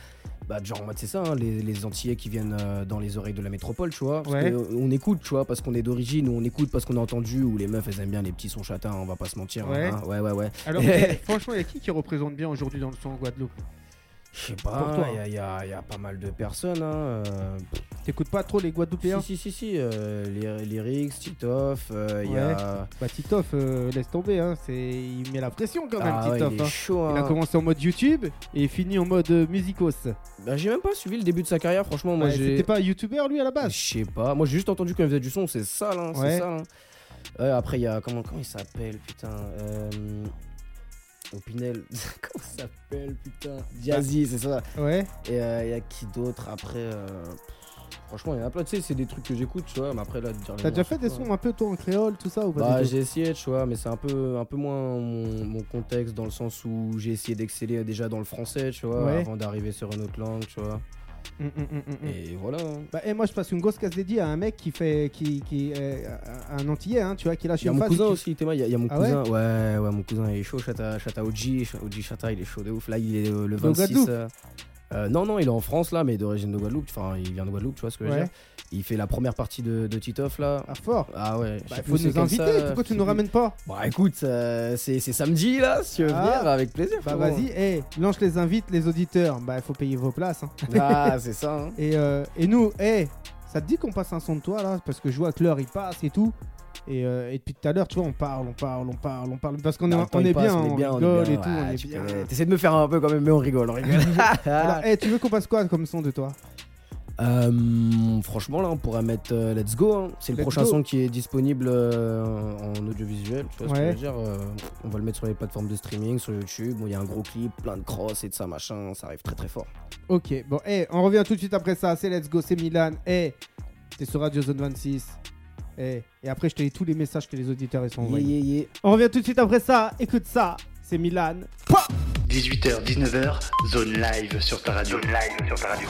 S4: bah genre en mode c'est ça hein, les, les antillais qui viennent euh, dans les oreilles de la métropole tu vois parce
S3: Ouais.
S4: que, euh, on écoute tu vois parce qu'on est d'origine ou on écoute parce qu'on a entendu ou les meufs elles aiment bien les petits sons châtains on va pas se mentir hein,
S3: Ouais.
S4: hein. ouais ouais ouais
S3: Alors, eh, franchement, il y a qui qui représente bien aujourd'hui dans le son en Guadeloupe
S4: je sais
S3: Pour
S4: pas
S3: toi,
S4: il y, a- il y a- il y a pas mal de personnes hein, euh,
S3: T'écoutes pas trop les Guadeloupéens
S4: si si si si euh, Ly- Lyrics Titoff euh, il y a
S3: Bah, Titoff, euh, laisse tomber, hein, c'est- il met la pression quand même,
S4: Ah ouais,
S3: Titoff.
S4: il est
S3: hein.
S4: chaud
S3: Il a
S4: hein.
S3: commencé en mode YouTube et fini en mode euh, musicos.
S4: Bah, j'ai même pas suivi le début de sa carrière franchement moi
S3: Ouais,
S4: j'ai
S3: C'était pas youtubeur lui à la base.
S4: Je sais pas. Moi, j'ai juste entendu quand il faisait du son, c'est sale, hein,
S3: Ouais.
S4: c'est sale. hein. Ouais, après, il y a. Comment, comment il s'appelle, putain euh... Opinel. comment il s'appelle, putain Jazzy, c'est ça.
S3: Ouais.
S4: Et euh, il y a qui d'autre après euh, pff, Franchement, il y en a plein. Tu sais, c'est des trucs que j'écoute, tu vois. Mais après, là, de dire les
S3: T'as déjà
S4: noms,
S3: fait
S4: je
S3: des
S4: sais pas.
S3: sons hein, un peu toi en créole, tout ça ou pas
S4: Bah,
S3: du tout
S4: j'ai essayé, tu vois, mais c'est un peu, un peu moins mon, mon contexte dans le sens où j'ai essayé d'exceller déjà dans le français, tu vois,
S3: Ouais.
S4: avant d'arriver sur une autre langue, tu vois.
S3: Mm, mm, mm, mm, mm.
S4: Et voilà. hein.
S3: Bah, et moi, je passe une grosse case dédiée à un mec qui fait. qui, qui est euh, un Antillais, hein, tu vois, qui lâche
S4: Il y a
S3: une
S4: mon
S3: phase.
S4: cousin
S3: qui-
S4: aussi, Théma, il y a, il y a mon
S3: Ah
S4: cousin. Ouais, ouais, mon cousin il est chaud, Chata, Chata Oji, Ch- Oji Chata, il est chaud de ouf. Là, il est euh, le
S3: De
S4: 26.
S3: Guadeloupe.
S4: euh, euh, non, non, il est en France là, mais d'origine de Guadeloupe. Enfin, il vient de Guadeloupe, tu vois ce que je veux
S3: Ouais.
S4: dire. Il fait la première partie de, de Titoff là.
S3: Ah, fort.
S4: Ah ouais, je
S3: Bah,
S4: sais plus
S3: faut
S4: c'est
S3: nous
S4: comme
S3: inviter,
S4: ça,
S3: pourquoi tu
S4: je
S3: nous
S4: sais
S3: ramènes pas
S4: plus. Bah écoute, euh, c'est c'est samedi là, si tu veux
S3: Ah.
S4: venir, avec plaisir.
S3: Bah
S4: frérot.
S3: vas-y, hey, Blanche les invite, les auditeurs, bah il faut payer vos places. hein.
S4: Ah, c'est ça. hein.
S3: Et, euh, et nous, hey, ça te dit qu'on passe un son de toi là Parce que je vois que l'heure il passe et tout. Et, euh, et depuis tout à l'heure, tu vois, on parle, on parle, on parle, on parle. Parce qu'on est,
S4: Dans le
S3: on,
S4: temps,
S3: est
S4: il passe,
S3: bien, on, rigole et tout,
S4: ouais,
S3: on est
S4: tu
S3: bien.
S4: connais. T'essaies de me faire un peu quand même, mais on rigole, on rigole.
S3: Alors, hey, tu veux qu'on passe quoi comme son de toi
S4: Euh, franchement, là, on pourrait mettre euh, Let's Go. hein. C'est le
S3: Let's
S4: prochain
S3: Go.
S4: son qui est disponible euh, en audiovisuel. Tu vois ce que
S3: Ouais.
S4: je veux dire Euh, On va le mettre sur les plateformes de streaming, sur YouTube. Bon, il y a un gros clip, plein de cross et de ça, machin. Ça arrive très très fort.
S3: Ok, bon, hey, on revient tout de suite après ça. C'est Let's Go, c'est Milan. Hey, t'es sur Radio Zone 26. Hey, et après, je te lis tous les messages que les auditeurs ils sont envoyés.
S4: Yeah, yeah, yeah.
S3: On revient tout de suite après ça. Écoute ça, c'est Milan.
S1: 18h, 19h, zone live sur ta radio. live sur ta radio.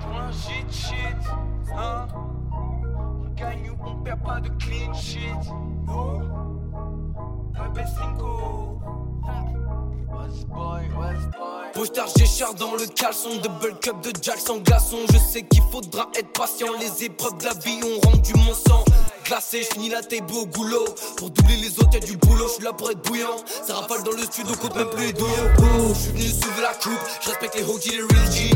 S6: Pour un shit shit, hein On gagne ou on perd pas de clean shit. Oh, Rebel Cinco. West boy, West boy.
S7: Postard Géchard dans le caleçon, double cup de Jack sans glaçon. Je sais qu'il faudra être patient, les épreuves de la vie ont rendu mon sang glacé. Je finis la table au goulot, pour doubler les autres, y'a du boulot. Je suis là pour être bouillant, ça rafale dans le studio, compte même plus les douillons. Oh, je suis venu soulever la coupe, je respecte les hoagies, les real G.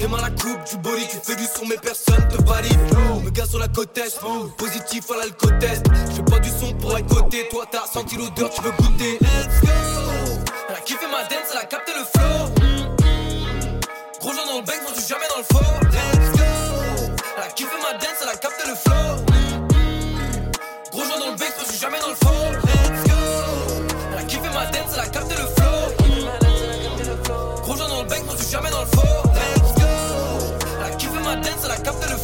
S7: T'es mal à la coupe, du body, tu fais du son, mais personne te valide. Oh, Me gars sur la côte est, positif à l'alcool test. Je fais pas du son pour être coté, toi t'as senti l'odeur, tu veux goûter. Let's go! Elle a kiffé ma dance, elle a capté le flow. Gros gens dans le bec, moi je suis jamais dans le faux. Let's go. Elle a kiffé ma dance, elle a capté le flow. Gros gens dans le bec, moi je suis jamais dans le faux. Let's go. Elle a kiffé ma dance, elle a capté le flow. Gros gens dans le bec, moi je suis jamais dans le faux. Let's go. Elle a kiffé ma dance, elle a capté le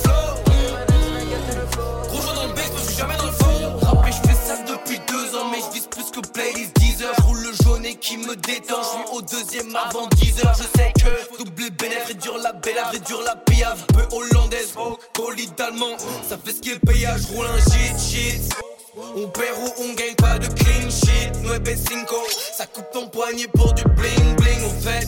S7: flow. Gros gens dans le bec, moi je suis jamais dans le faux. Rappé, je fais ça depuis deux ans, mais je vise plus que playlist 10 heures. Roule le jaune et qui me détend. Je suis au deuxième avant 10 heures. Je sais que double bénéf, réduire la bellave, réduire la piave. Peu hollandaise, colis d'allemand. Ça fait ce qui est payage, roule un shit shit. On perd ou on gagne pas de clean shit. Nueve ben, cinco, ça coupe ton poignet pour du bling bling. En fait,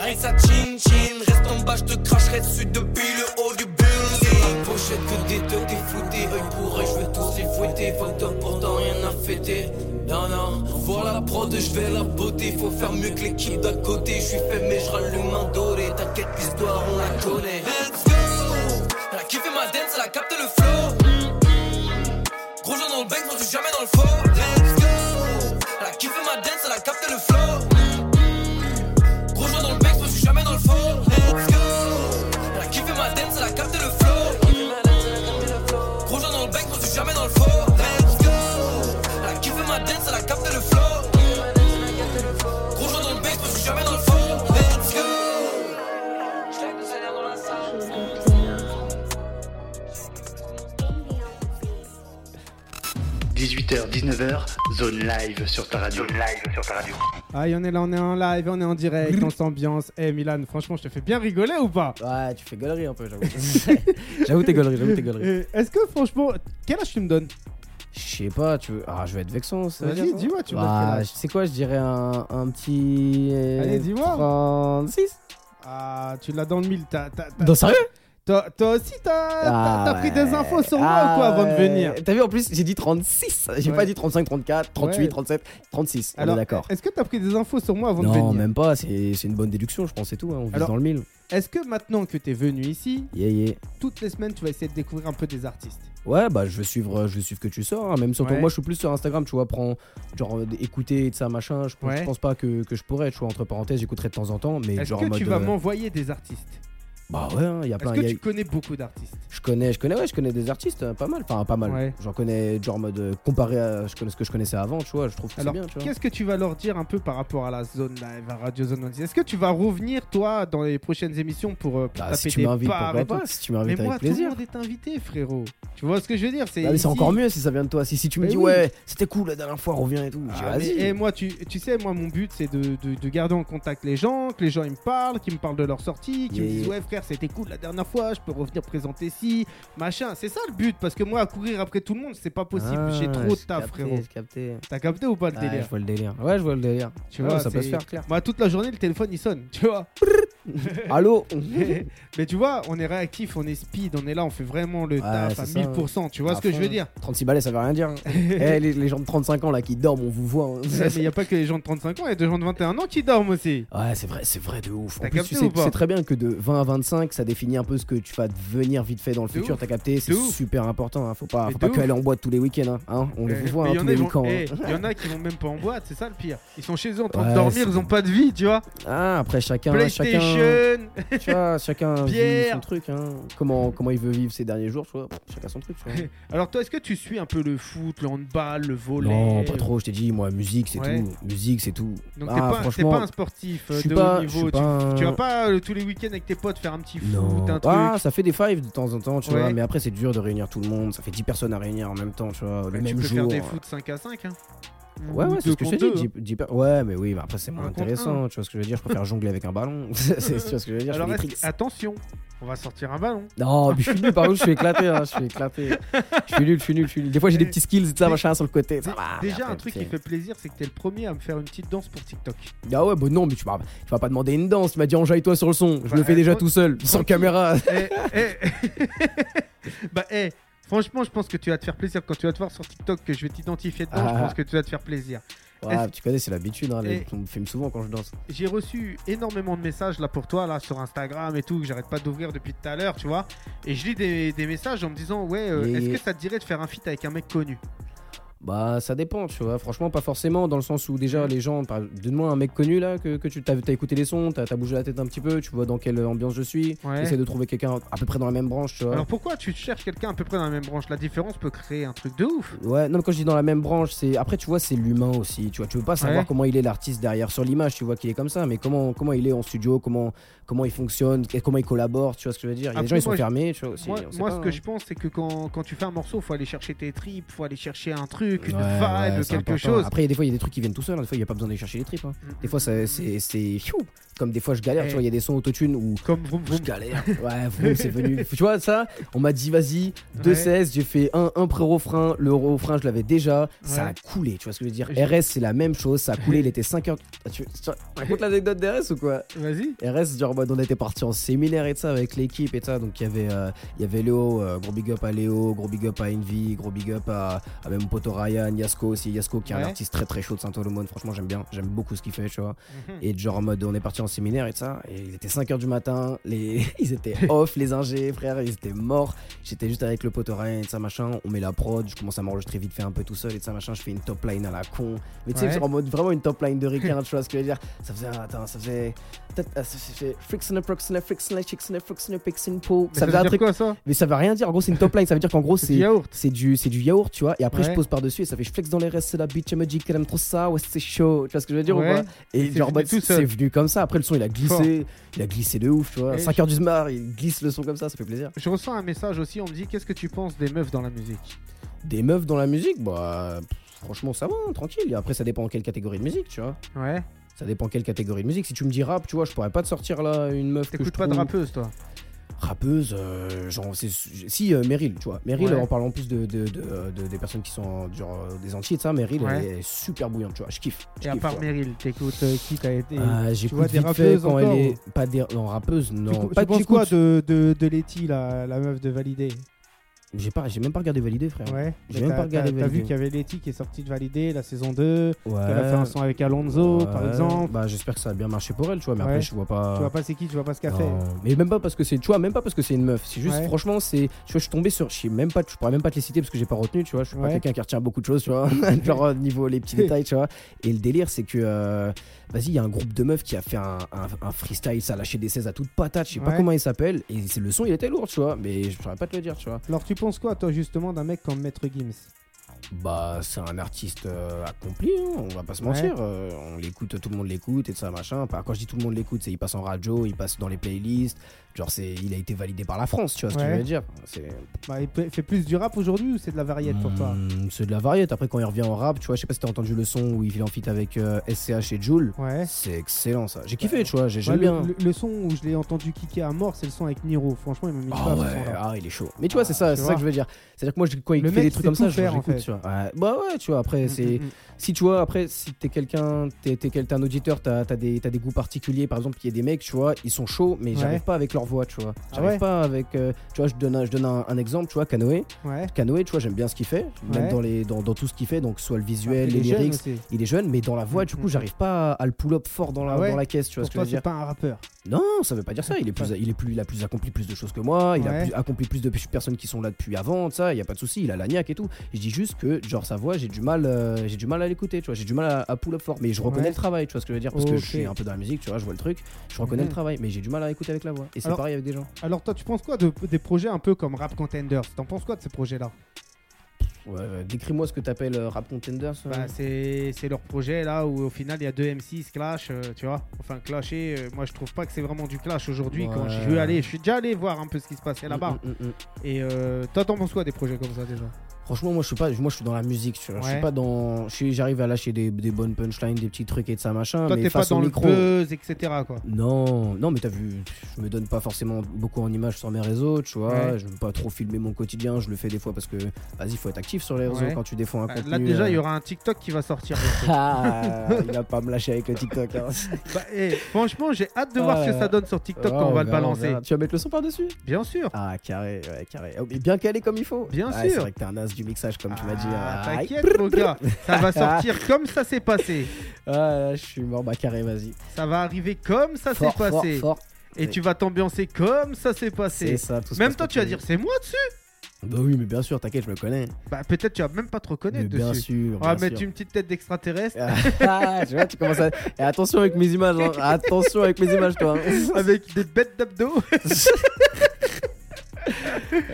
S7: Aïe ça chin chin, reste en bas, je te cracherai dessus depuis le haut du building. Pochette que des deux, t'es fouté, œil pour œil, je veux tous les fouetter. Photo pourtant rien à fêter. Non, non, voir la prod, je vais la beauté. Faut faire mieux que l'équipe d'à côté. Je suis fait, mais je rallume un doré. T'inquiète, l'histoire, on la connaît. Let's go! Elle a kiffé ma dance, elle a capté le flow. Gros gens dans le bec, moi je suis jamais dans le faux. Let's go! Elle a kiffé ma dance, elle a capté le flow. Gros joueur dans le bec, moi je suis jamais dans le faux. Let's go. Elle a kiffé ma dance, elle a capté le flow. Gros joueur dans le bec, moi je suis jamais dans le faux. Let's go. Elle a kiffé ma dance, elle a capté le flow. Gros joueur dans le bec, moi je suis jamais dans le faux. Let's go.
S6: J'lève le Seigneur dans la salle.
S9: Indian.
S1: 18h, 19h, zone live sur ta radio. live sur ta radio.
S3: Ah, et on est là, on est en live, on est en direct, on s'ambiance. Eh Milan, franchement, je te fais bien rigoler ou pas
S4: Ouais, tu fais galerie un peu, j'avoue. j'avoue tes galeries, j'avoue tes galeries.
S3: Euh, Est-ce que franchement, quel âge tu me donnes
S4: Je sais pas, tu veux. Ah, je vais être vexant. ça veut
S3: Vas-y,
S4: dire, ça
S3: dis-moi, tu me donnes quel
S4: Bah,
S3: âge
S4: tu sais quoi, je dirais un, un petit.
S3: Allez, dis-moi.
S4: 36
S3: Ah, tu l'as dans le mille. t'as- t'as- t'as-
S4: Non, sérieux
S3: Toi, toi aussi, t'as Ah, t'as- t'as pris des infos sur moi
S4: Ah
S3: ou quoi avant de
S4: ouais.
S3: venir
S4: T'as vu en plus, j'ai dit 36. J'ai
S3: Ouais.
S4: pas dit 35, 34, 38,
S3: Ouais.
S4: 37, 36. on est
S3: Alors,
S4: d'accord.
S3: Est-ce que t'as pris des infos sur moi avant de
S4: Non,
S3: venir
S4: même pas. C'est c'est une bonne déduction, je pense, c'est tout. hein, On vise
S3: Alors-
S4: dans le mille.
S3: Est-ce que maintenant que t'es venu ici,
S4: Yeah, yeah.
S3: toutes les semaines, tu vas essayer de découvrir un peu des artistes
S4: Ouais, bah je vais suivre, je vais suivre que tu sors. hein, Même sur ton-
S3: Ouais.
S4: moi, je suis plus sur Instagram, tu vois, prends genre euh, écouter et de ça machin. Je, pense- je
S3: Ouais.
S4: pense pas que, que je pourrais, tu vois, entre parenthèses, j'écouterai de temps en temps, mais
S3: Est-ce
S4: genre
S3: que
S4: en
S3: tu
S4: mode,
S3: vas
S4: euh,
S3: m'envoyer des artistes
S4: Bah ouais, il y a
S3: Est-ce
S4: plein.
S3: que
S4: y a-
S3: tu connais beaucoup d'artistes
S4: Je connais, je connais, ouais, je connais des artistes, euh, pas mal, enfin pas mal.
S3: Ouais.
S4: J'en connais, genre en mode euh, comparé à je connais ce que je connaissais avant, tu vois, je trouve que c'est
S3: Alors,
S4: bien, tu vois.
S3: qu'est-ce que tu vas leur dire un peu par rapport à la zone live, à Radio Zone 26 Est-ce que tu vas revenir, toi, dans les prochaines émissions pour, euh, pour
S4: Bah,
S3: taper
S4: si tu
S3: des
S4: m'invites,
S3: barres
S4: pourquoi
S3: et tout
S4: pas Si tu
S3: Mais
S4: m'invites
S3: moi,
S4: avec
S3: tout le
S4: plaisir.
S3: monde est invité, frérot. Tu vois ce que je veux dire C'est
S4: Ah, mais
S3: ici.
S4: c'est encore mieux si ça vient de toi. Si, si tu me
S3: Mais
S4: dis,
S3: oui.
S4: ouais, c'était cool la dernière fois, reviens et tout. je dis,
S3: Ah, mais-
S4: Vas-y.
S3: et moi, tu, tu sais, moi, mon but, c'est de, de- de garder en contact les gens, que les gens ils me parlent, qu'ils me parlent de leur sortie, qu'ils me
S4: Yeah.
S3: disent ouais frère, c'était cool la dernière fois, je peux revenir présenter ci, machin. C'est ça le but, parce que moi, à courir après tout le monde, c'est pas possible.
S4: Ah,
S3: J'ai trop de
S4: j'ai
S3: taf,
S4: capté,
S3: frérot.
S4: j'ai capté.
S3: T'as capté ou pas le
S4: Ouais,
S3: délire
S4: Ah, je vois le délire. Ouais, je vois le délire.
S3: Tu
S4: Ouais,
S3: vois,
S4: ça peut
S3: c'est-
S4: se faire clair.
S3: Moi, toute la journée, le téléphone il sonne, tu vois.
S4: Allô
S3: mais mais tu vois, on est réactif, on est speed, on est là, on fait vraiment le
S4: Ouais,
S3: taf
S4: c'est
S3: à
S4: ça,
S3: 1000%. Tu vois
S4: À
S3: ce que je
S4: fond.
S3: veux dire
S4: 36 balais, ça veut rien dire. Eh, les, les gens de 35 ans là qui dorment, on vous voit. hein.
S3: Ouais, Mais il n'y a pas que les gens de 35 ans, il y a des gens de 21 ans qui dorment aussi.
S4: Ouais, c'est vrai, c'est vrai de ouf. En
S3: T'as
S4: plus,
S3: capté ou
S4: tu sais, tu
S3: pas
S4: sais très bien que de 20 à 25, ça définit un peu ce que tu vas devenir vite fait dans le
S3: De
S4: futur.
S3: ouf.
S4: T'as capté, c'est
S3: ouf.
S4: super important. hein. Faut pas,
S3: Mais
S4: faut
S3: de
S4: pas que
S3: ouf.
S4: aller en boîte tous les week-ends. hein, hein. On
S3: Eh,
S4: vous voit
S3: mais
S4: hein,
S3: y en
S4: tous
S3: a,
S4: les
S3: ils vont-
S4: week-ends. hein.
S3: eh, y en a qui vont même pas en boîte, c'est ça le pire. Ils sont chez eux en train de
S4: Ouais,
S3: dormir,
S4: c'est-
S3: ils ont pas de vie, tu vois.
S4: Ah, après chacun, chacun,
S3: PlayStation.
S4: tu vois, chacun vit
S3: Pierre.
S4: son truc. hein. Comment, comment il veut vivre ces derniers jours, tu vois. Chacun son truc. tu vois.
S3: Alors toi, est-ce que tu suis un peu le foot, le handball, le volley
S4: Non, pas trop. Je t'ai dit, moi, musique, c'est
S3: Ouais.
S4: tout. Musique, c'est tout.
S3: Donc
S4: Ah,
S3: t'es pas, t'es
S4: franchement,
S3: pas un sportif
S4: je
S3: euh,
S4: suis
S3: de haut
S4: pas, je suis
S3: niveau. Tu,
S4: pas un-
S3: tu vas pas euh, tous les week-ends avec tes potes faire un petit
S4: Non.
S3: foot, un truc.
S4: Ah, ça fait des fives de temps en temps, tu
S3: Ouais.
S4: vois. Mais après, c'est dur de réunir tout le monde. Ça fait 10 personnes à réunir en même temps, tu vois. Le
S3: Mais
S4: même
S3: tu peux
S4: jour.
S3: faire des foot 5 à 5. Hein.
S4: Ouais,
S3: Ou
S4: ouais, c'est
S3: deux
S4: ce que je te
S3: contre deux, hein.
S4: dis. dix- dix per- Ouais, mais oui, mais après, c'est
S3: Un
S4: moins
S3: contre
S4: intéressant. Tu vois ce que je veux dire Je préfère jongler avec un ballon. C'est- c'est- tu vois ce que je veux dire
S3: hein.
S4: Je
S3: Alors
S4: fais des
S3: est-ce-
S4: tricks.
S3: attention, on va sortir un ballon.
S4: Non, mais je suis nul, par contre, je suis éclaté. hein, je suis éclaté. Je suis nul, je suis nul, je suis nul. Des fois, j'ai des petits skills, ça,
S3: Dé-
S4: machin, sur le côté. ça
S3: Dé-
S4: va, mais
S3: Déjà
S4: après,
S3: un truc
S4: c'est-
S3: qui fait plaisir, c'est que t'es le premier à me faire une petite danse pour TikTok.
S4: Ah ouais, bah non, mais tu m'as tu m'as pas demandé une danse. Tu m'as dit enjaille-toi sur le son. Je
S3: Bah,
S4: le fais déjà
S3: tranquille.
S4: tout seul, sans caméra.
S3: Eh, eh. bah, eh, franchement, je pense que tu vas te faire plaisir quand tu vas te voir sur TikTok, que je vais t'identifier dedans.
S4: Ah.
S3: Je pense que tu vas te faire plaisir.
S4: Ouais, tu connais, c'est l'habitude. hein, les-
S3: Et-
S4: On me filme souvent quand je danse.
S3: J'ai reçu énormément de messages là pour toi, là sur Instagram et tout, que j'arrête pas d'ouvrir depuis tout à l'heure, tu vois. Et je lis des, des messages en me disant, ouais, euh,
S4: Yeah,
S3: est-ce
S4: yeah.
S3: que ça te dirait de faire un feat avec un mec connu
S4: Bah ça dépend, tu vois. Franchement, pas forcément dans le sens où déjà les gens, par- donne-moi un mec connu là que, que tu t'as t'as écouté les sons, t'as t'as bougé la tête un petit peu, tu vois dans quelle ambiance je suis.
S3: Ouais.
S4: Essaye de trouver quelqu'un à peu près dans la même branche, tu vois.
S3: Alors pourquoi tu cherches quelqu'un à peu près dans la même branche La différence peut créer un truc de ouf.
S4: Ouais, non, mais quand je dis dans la même branche, c'est après tu vois, c'est l'humain aussi, tu vois. Tu veux pas savoir
S3: Ouais.
S4: comment il est l'artiste derrière sur l'image, tu vois qu'il est comme ça, mais comment comment il est en studio, comment comment il fonctionne, que- comment il collabore, tu vois ce que je veux dire. Il y a
S3: Après,
S4: des gens ils sont
S3: moi, je-
S4: fermés, tu vois aussi.
S3: moi,
S4: on sait
S3: moi,
S4: pas,
S3: ce que
S4: hein.
S3: je pense, c'est que quand, quand tu fais un morceau, faut aller chercher tes tripes, faut aller chercher un truc, une
S4: Ouais,
S3: vibe,
S4: ouais, c'est
S3: quelque
S4: important.
S3: chose.
S4: Après, il y a des fois, il y a des trucs qui viennent tout seuls. hein. Des fois, il n'y a pas besoin d'aller chercher les tripes. hein. Des fois, ça- c'est. c'est- pfiou. Comme des fois, je galère.
S3: Eh.
S4: Tu vois, il y a des sons autotune où.
S3: Comme vroom
S4: Je
S3: vroom.
S4: galère. Ouais, vroom, c'est venu. Tu vois, ça, on m'a dit, vas-y, 2-16, j'ai fait un, un pré-refrain. Le refrain, je l'avais déjà. Ça
S3: Ouais.
S4: a coulé. Tu vois ce que je veux dire
S3: Je-
S4: RS, c'est la même chose. Ça a coulé. Il était 5 heures. Ah, Tu tu racontes l'anecdote d'RS ou quoi
S3: Vas-y.
S4: RS, genre, bah, on était parti en séminaire et ça avec l'équipe et ça. Donc, il y avait, euh, il y avait Léo, euh, gros big up à Léo, gros big up à Envy, gros big up à, à même Poto Ryan, Yasko aussi. Yasko qui est
S3: Ouais.
S4: un artiste très très chaud de Saint-Olomone. Franchement, j'aime bien, j'aime beaucoup ce qu'il fait, tu vois.
S3: Mhm.
S4: Et genre, en mode, on est parti en séminaire et ça. Et il était 5h du matin, les... ils étaient off, les ingés, frère, ils étaient morts. J'étais juste avec le Poto Ryan et ça, machin. On met la prod, je commence à m'enregistrer vite fait un peu tout seul et ça, machin. Je fais une top line à la con. Mais tu sais,
S3: Ouais.
S4: genre en mode vraiment une top line de Ricard, tu vois ce que je veux dire. Ça faisait, attends, ça faisait. Peut-être, ah, ça faisait Fricks and a Prox and a Fricks and a Chicks and a Fricks and a Picks and Po.
S3: Mais
S4: Ça faisait un
S3: veut dire
S4: truc.
S3: quoi ça
S4: Mais ça veut rien dire. En gros, c'est une top line. Ça veut dire qu'en gros,
S3: C'est du
S4: c'est.
S3: yaourt.
S4: C'est du, c'est du yaourt, tu vois, et après
S3: Ouais.
S4: je pose par-dessus et ça fait je flex dans les restes, c'est la bitch, elle me dit qu'elle aime trop ça, ouais, c'est chaud, tu vois ce que je veux dire
S3: Ouais.
S4: ou pas Et
S3: c'est
S4: genre,
S3: venu
S4: bah,
S3: tout
S4: c'est
S3: seul.
S4: c'est venu comme ça, après le son il a glissé, il a glissé de ouf, tu vois,
S3: Et
S4: 5h du smart, il glisse le son comme ça, ça fait plaisir.
S3: Je reçois un message aussi, on me dit qu'est-ce que tu penses des meufs dans la musique
S4: Des meufs dans la musique, bah, pff, franchement ça va, hein, tranquille, et après ça dépend en quelle catégorie de musique, tu vois.
S3: Ouais.
S4: Ça dépend quelle catégorie de musique. Si tu me dis rap, tu vois, je pourrais pas te sortir là une meuf que je
S3: T'écoutes pas de
S4: trouve-
S3: rappeuse toi
S4: rappeuse. euh, genre, c'est- si euh, Meryl, tu vois. Meryl,
S3: Ouais.
S4: en parlant plus de, de- de- de- des personnes qui sont genre euh, des Antilles, et ça, Meryl
S3: Ouais.
S4: elle est super bouillante, tu vois. Je kiffe. je
S3: Et à
S4: kiffe,
S3: part
S4: tu vois.
S3: Meryl, t'écoutes euh, qui t'as été
S4: Ah,
S3: vois
S4: j'écoute
S3: des
S4: vite fait
S3: rappeuses
S4: quand
S3: encore,
S4: elle est pas des non, rappeuse, non.
S3: Tu,
S4: pas
S3: penses
S4: j'écoute.
S3: quoi de, de, de Letty, la, la meuf de Validé
S4: J'ai pas, j'ai même pas regardé valider, frère.
S3: Ouais.
S4: J'ai
S3: Mais
S4: même
S3: T'as
S4: pas regardé
S3: t'as- t'as vu
S4: Validé.
S3: qu'il y avait Letty qui est sortie de valider la saison 2.
S4: Ouais.
S3: Elle a fait un son avec Alonso, par
S4: Ouais.
S3: exemple.
S4: Bah, j'espère que ça a bien marché pour elle, tu vois. Mais
S3: Ouais.
S4: après, je vois pas.
S3: Tu vois pas c'est qui, tu vois pas ce qu'elle fait.
S4: Non, Mais même pas parce que c'est, tu vois, même pas parce que c'est une meuf. C'est juste,
S3: Ouais.
S4: franchement, c'est, tu vois, je suis tombé sur, je sais même pas, je pourrais même pas te les citer parce que j'ai pas retenu, tu vois. Je suis pas
S3: Ouais.
S4: quelqu'un qui retient beaucoup de choses, tu vois. Genre euh, niveau les petits détails, tu vois. Et le délire, c'est que, euh, vas-y, il y a un groupe de meufs qui a fait un, un- un freestyle, ça a lâché des 16 à toute patate. Je sais pas
S3: Ouais.
S4: comment il s'appelle. Et c'est le son, il était lourd, tu vois. Mais je pourrais pas te le dire, tu vois.
S3: Alors tu penses quoi toi justement d'un mec comme Maître Gims
S4: Bah, c'est un artiste euh, accompli, hein, on va pas se
S3: Ouais.
S4: mentir. Euh, on l'écoute, tout le monde l'écoute et tout ça, machin. Enfin, quand je dis tout le monde l'écoute, c'est il passe en radio, il passe dans les playlists. Genre, c'est, il a été validé par la France, tu vois ce que
S3: Ouais.
S4: je veux dire. C'est,
S3: Bah, Il peut- fait plus du rap aujourd'hui ou c'est de la variette pour toi
S4: Hmm, c'est de la variété. Après, quand il revient en rap, tu vois, je sais pas si t'as entendu le son où il est en feat avec euh, SCH et Joule.
S3: Ouais. Bah,
S4: C'est excellent ça. J'ai kiffé, tu vois, j'ai,
S3: Ouais,
S4: j'aime
S3: le-
S4: bien.
S3: Le, le son où je l'ai entendu kicker à mort, c'est le son avec Niro. Franchement, il m'a mis
S4: Ah
S3: pas
S4: ouais,
S3: ce son-là.
S4: ah, il est chaud. Mais tu vois, c'est ça,
S3: tu
S4: c'est
S3: vois.
S4: ça que je veux dire. C'est-à-dire que moi, je- quand il
S3: Le
S4: fait
S3: mec,
S4: des
S3: il
S4: trucs
S3: sait
S4: comme ça,
S3: tout
S4: je
S3: faire, en
S4: l'écoute,
S3: fait.
S4: tu vois. Ouais, Bah ouais, tu vois, après, c'est.
S3: Mm, mm, mm.
S4: Si tu vois, après, si t'es quelqu'un, t'es, t'es quelqu'un, un auditeur, t'as, t'as des, t'as des goûts particuliers, par exemple, il y a des mecs, tu vois, ils sont chauds, mais
S3: Ouais.
S4: j'arrive pas avec leur voix, tu vois.
S3: Ah
S4: J'arrive
S3: ouais
S4: pas avec. euh, tu vois, je donne, un, je donne un, un exemple, tu vois, Canoë.
S3: mm. Ouais.
S4: Canoë, tu vois, j'aime bien ce qu'il fait, même
S3: Ouais.
S4: dans, les, dans, dans tout ce qu'il fait, donc soit le
S3: Après,
S4: visuel,
S3: il
S4: les
S3: est jeune
S4: lyrics.
S3: aussi. Mm.
S4: Il est jeune, mais dans la voix, du coup, j'arrive pas à le pull-up fort dans la,
S3: Ah ouais
S4: dans la caisse, tu vois
S3: Pour
S4: ce que je
S3: toi,
S4: veux dire.
S3: c'est pas un rappeur.
S4: Non, ça veut pas dire ça. Il est plus, il est plus, il a plus accompli plus de choses que moi. Il
S3: Ouais.
S4: a plus, accompli plus de pe- personnes qui sont là depuis avant. tout Ça, il y a pas de souci. Il a la niaque et tout. Je dis juste que genre sa voix, j'ai du mal, euh, j'ai du mal à l'écouter. Tu vois, j'ai du mal à, à pull up fort. Mais je reconnais
S3: Ouais.
S4: le travail. Tu vois ce que je veux dire Parce que
S3: Ok.
S4: je suis un peu dans la musique. Tu vois, je vois le truc. Je reconnais
S3: Mhm.
S4: le travail, mais j'ai du mal à écouter avec la voix. Et c'est
S3: Alors-
S4: pareil avec des gens.
S3: Alors toi, tu penses quoi de, des projets un peu comme Rap Contenders T'en penses quoi de ces projets-là
S4: Ouais, euh, Décris-moi ce que t'appelles euh, rap contenders. euh.
S3: Bah, c'est c'est leur projet là où au final il y a deux M6 clash, euh, tu vois. Enfin, clasher, euh, moi je trouve pas que c'est vraiment du clash aujourd'hui. Quand
S4: Ouais.
S3: je veux aller, je suis déjà allé voir un peu ce qui se passait là-bas.
S4: Mm, mm, mm, mm.
S3: Et euh, toi, t'en penses quoi des projets comme ça déjà
S4: Franchement, moi je suis pas, moi je suis dans la musique. Tu vois. Je
S3: Ouais.
S4: suis pas dans, je suis- j'arrive à lâcher des, des bonnes punchlines, des petits trucs et de ça machin.
S3: Toi,
S4: mais
S3: t'es pas
S4: face au
S3: dans le
S4: micro.
S3: buzz, etc. quoi.
S4: Non, non, mais t'as vu, je me donne pas forcément beaucoup en images sur mes réseaux, tu vois.
S3: Ouais.
S4: Je veux pas trop filmer mon quotidien, je le fais des fois parce que, vas-y, faut être actif sur les réseaux
S3: Ouais.
S4: quand tu défends un
S3: Bah,
S4: contenu.
S3: là déjà, il y
S4: euh.
S3: aura un TikTok qui va sortir.
S4: Ah, il va pas me lâcher avec le TikTok. hein.
S3: Bah, eh, franchement, j'ai hâte de voir
S4: Ah,
S3: ce que ça donne sur TikTok
S4: Ouais, Oh, bah,
S3: quand on va le
S4: verra,
S3: balancer.
S4: verra. Tu vas mettre le son par-dessus
S3: Bien sûr.
S4: Ah, carré, ouais, carré. Oh, mais bien calé comme il faut.
S3: Bien
S4: Ah,
S3: sûr.
S4: C'est vrai que t'es un as du mixage, comme tu m'as dit. hein. euh,
S3: Ah,
S4: Aïe.
S3: T'inquiète, mon gars. Ça va sortir comme ça s'est passé.
S4: Ah, je suis mort, bah carré, vas-y.
S3: Ça va arriver comme ça s'est
S4: Fort, fort,
S3: passé.
S4: fort.
S3: Et tu vas t'ambiamser comme ça s'est passé.
S4: C'est ça, tout se
S3: Même
S4: passe
S3: toi,
S4: comme
S3: tu vas
S4: veux.
S3: dire c'est moi dessus.
S4: Bah oui, mais bien sûr, t'inquiète, je me connais.
S3: Bah, peut-être tu vas même pas te
S4: Mais
S3: reconnaître
S4: bien
S3: dessus. Ah,
S4: sûr.
S3: On va
S4: bien
S3: mettre
S4: sûr.
S3: une petite tête d'extraterrestre
S4: Ah, tu vois, tu commences à. Et attention avec mes images, hein. attention avec mes images, toi. hein.
S3: avec des bêtes d'abdos.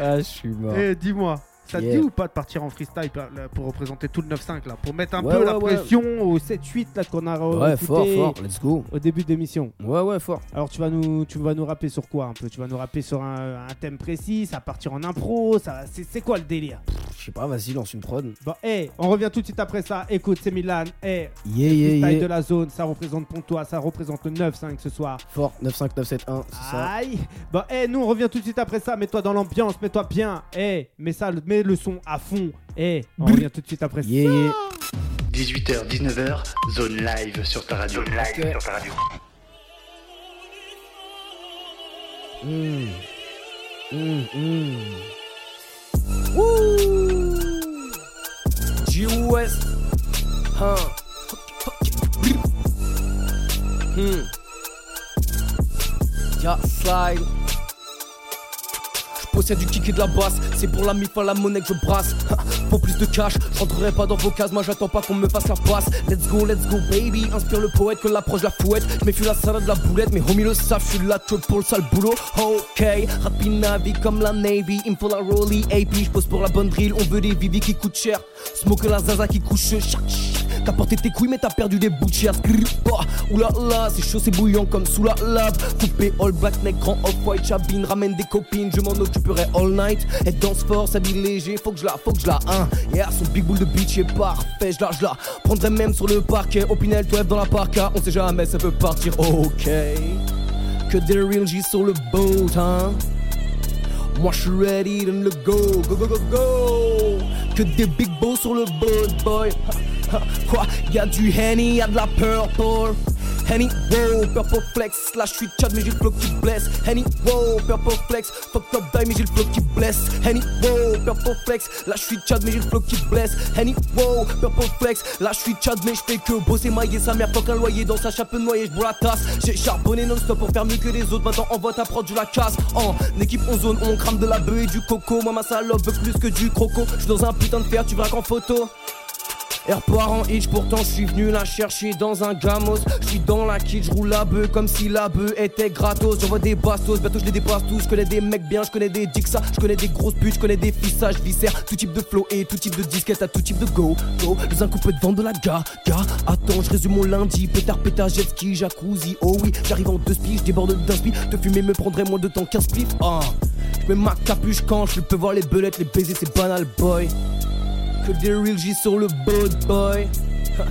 S4: ah, je suis mort.
S3: Et Eh, dis-moi. Ça te
S4: Yeah.
S3: dit ou pas de partir en freestyle pour- là, pour représenter tout le 9-5 là Pour mettre un
S4: Ouais,
S3: peu
S4: ouais,
S3: la
S4: ouais.
S3: pression au 7-8 là qu'on a re-
S4: Ouais,
S3: écouté
S4: fort, fort, let's go.
S3: au début de l'émission.
S4: Ouais, ouais, fort.
S3: Alors tu vas nous, tu vas nous rapper sur quoi un peu Tu vas nous rapper sur un, un thème précis, ça va partir en impro, ça, c'est, c'est quoi le délire
S4: Je sais pas, vas-y, lance une prod.
S3: Bon, hey, on revient tout de suite après ça. Écoute, c'est Milan. Hey,
S4: Yeah,
S3: freestyle
S4: yeah,
S3: de
S4: yeah.
S3: la zone, ça représente Pontois, ça représente le 9-5 ce soir.
S4: Fort, 95971, c'est ça.
S3: Aïe. Bon, hey, nous on revient tout de suite après ça. Mets-toi dans l'ambiance, mets-toi bien. Hey, mets ça, mets le son à fond. Hey, on revient tout de suite après ça.
S4: Yeah, yeah.
S1: 18h, 19h, zone live sur ta radio. Zone live
S4: Ok.
S1: sur ta radio.
S4: Mm. Mm, mm. G.O.S. Huh. Hmm. Yeah, slide.
S7: Je possède du kick et de la basse. C'est pour la mif à la monnaie que je brasse. Ha, Faut plus de cash, je rentrerai pas dans vos cases. Moi j'attends pas qu'on me fasse la passe. Let's go, let's go, baby. Inspire le poète que l'approche la fouette. Je méfie la salade de la boulette. Mes homies le savent, je suis là tu vois, pour le sale boulot. Ok, rapide navi comme la Navy. Il me faut la Rolly AP. Je pose pour la bonne drill. On veut des vivi qui coûtent cher. Smoke la zaza qui couche. Chac, chac. T'as porté tes couilles mais t'as perdu des bouts de chair. Grrr, oh, Oula là, c'est chaud, c'est bouillant comme sous la lave. Coupé all black, neck, grand off-white, chabine. Ramène des copines, je m'en occuperai all night. Et danse fort, s'habille léger, faut que je la, faut que je la, hein. Yeah, son big boule de bitch est parfait, je la, je la prendrai même sur le parquet. Opinel, toi dans la parka, on sait jamais, ça peut partir, ok. Que des real G sur le boat, hein. Moi je suis ready, donne le go, go go go go Que des big bows sur le boat boy Ha, ha, Quoi, y'a du Henny, y'a de la purple Henny, wow, purple flex. Là, je suis Chad, mais j'ai le flow qui blesse. Henny, wow, purple flex. Fuck top die, mais j'ai le flow qui blesse. Henny, wow, purple flex. Là, je suis Chad, mais j'ai le flow qui blesse. Henny, wow, purple flex. Là, je suis Chad, mais je fais que bosser, mailler sa mère. Fuck un loyer dans sa chape noyée, je bois la tasse. J'ai charbonné non-stop pour faire mieux que les autres. Maintenant, on voit ta prod, je la casse. En équipe, on zone, on crame de la bœuf et du coco. Moi, ma salope veut plus que du croco. Je suis dans un putain de fer, tu braques en photo. Airport en hitch, pourtant je suis venu la chercher dans un gamos. Je suis dans la kit, je roule la bœuf comme si la bœuf était gratos. J'envoie des bastos, bientôt je les dépasse tous. Je connais des mecs bien, je connais des dixa, je connais des grosses putes, je connais des fissages viscères. Tout type de flow et tout type de disquette à tout type de go. Go, dans un coupé de vente de la ga, ga. Attends, je résume mon lundi. Pétard, pétard, jet ski, jacuzzi. Oh oui, j'arrive en deux spies, je déborde d'un spi. Te fumer me prendrait moins de temps qu'un split. Ah, je mets ma capuche quand je peux voir les belettes, les baisers, c'est banal, boy que des real G sur le boat boy. Ha.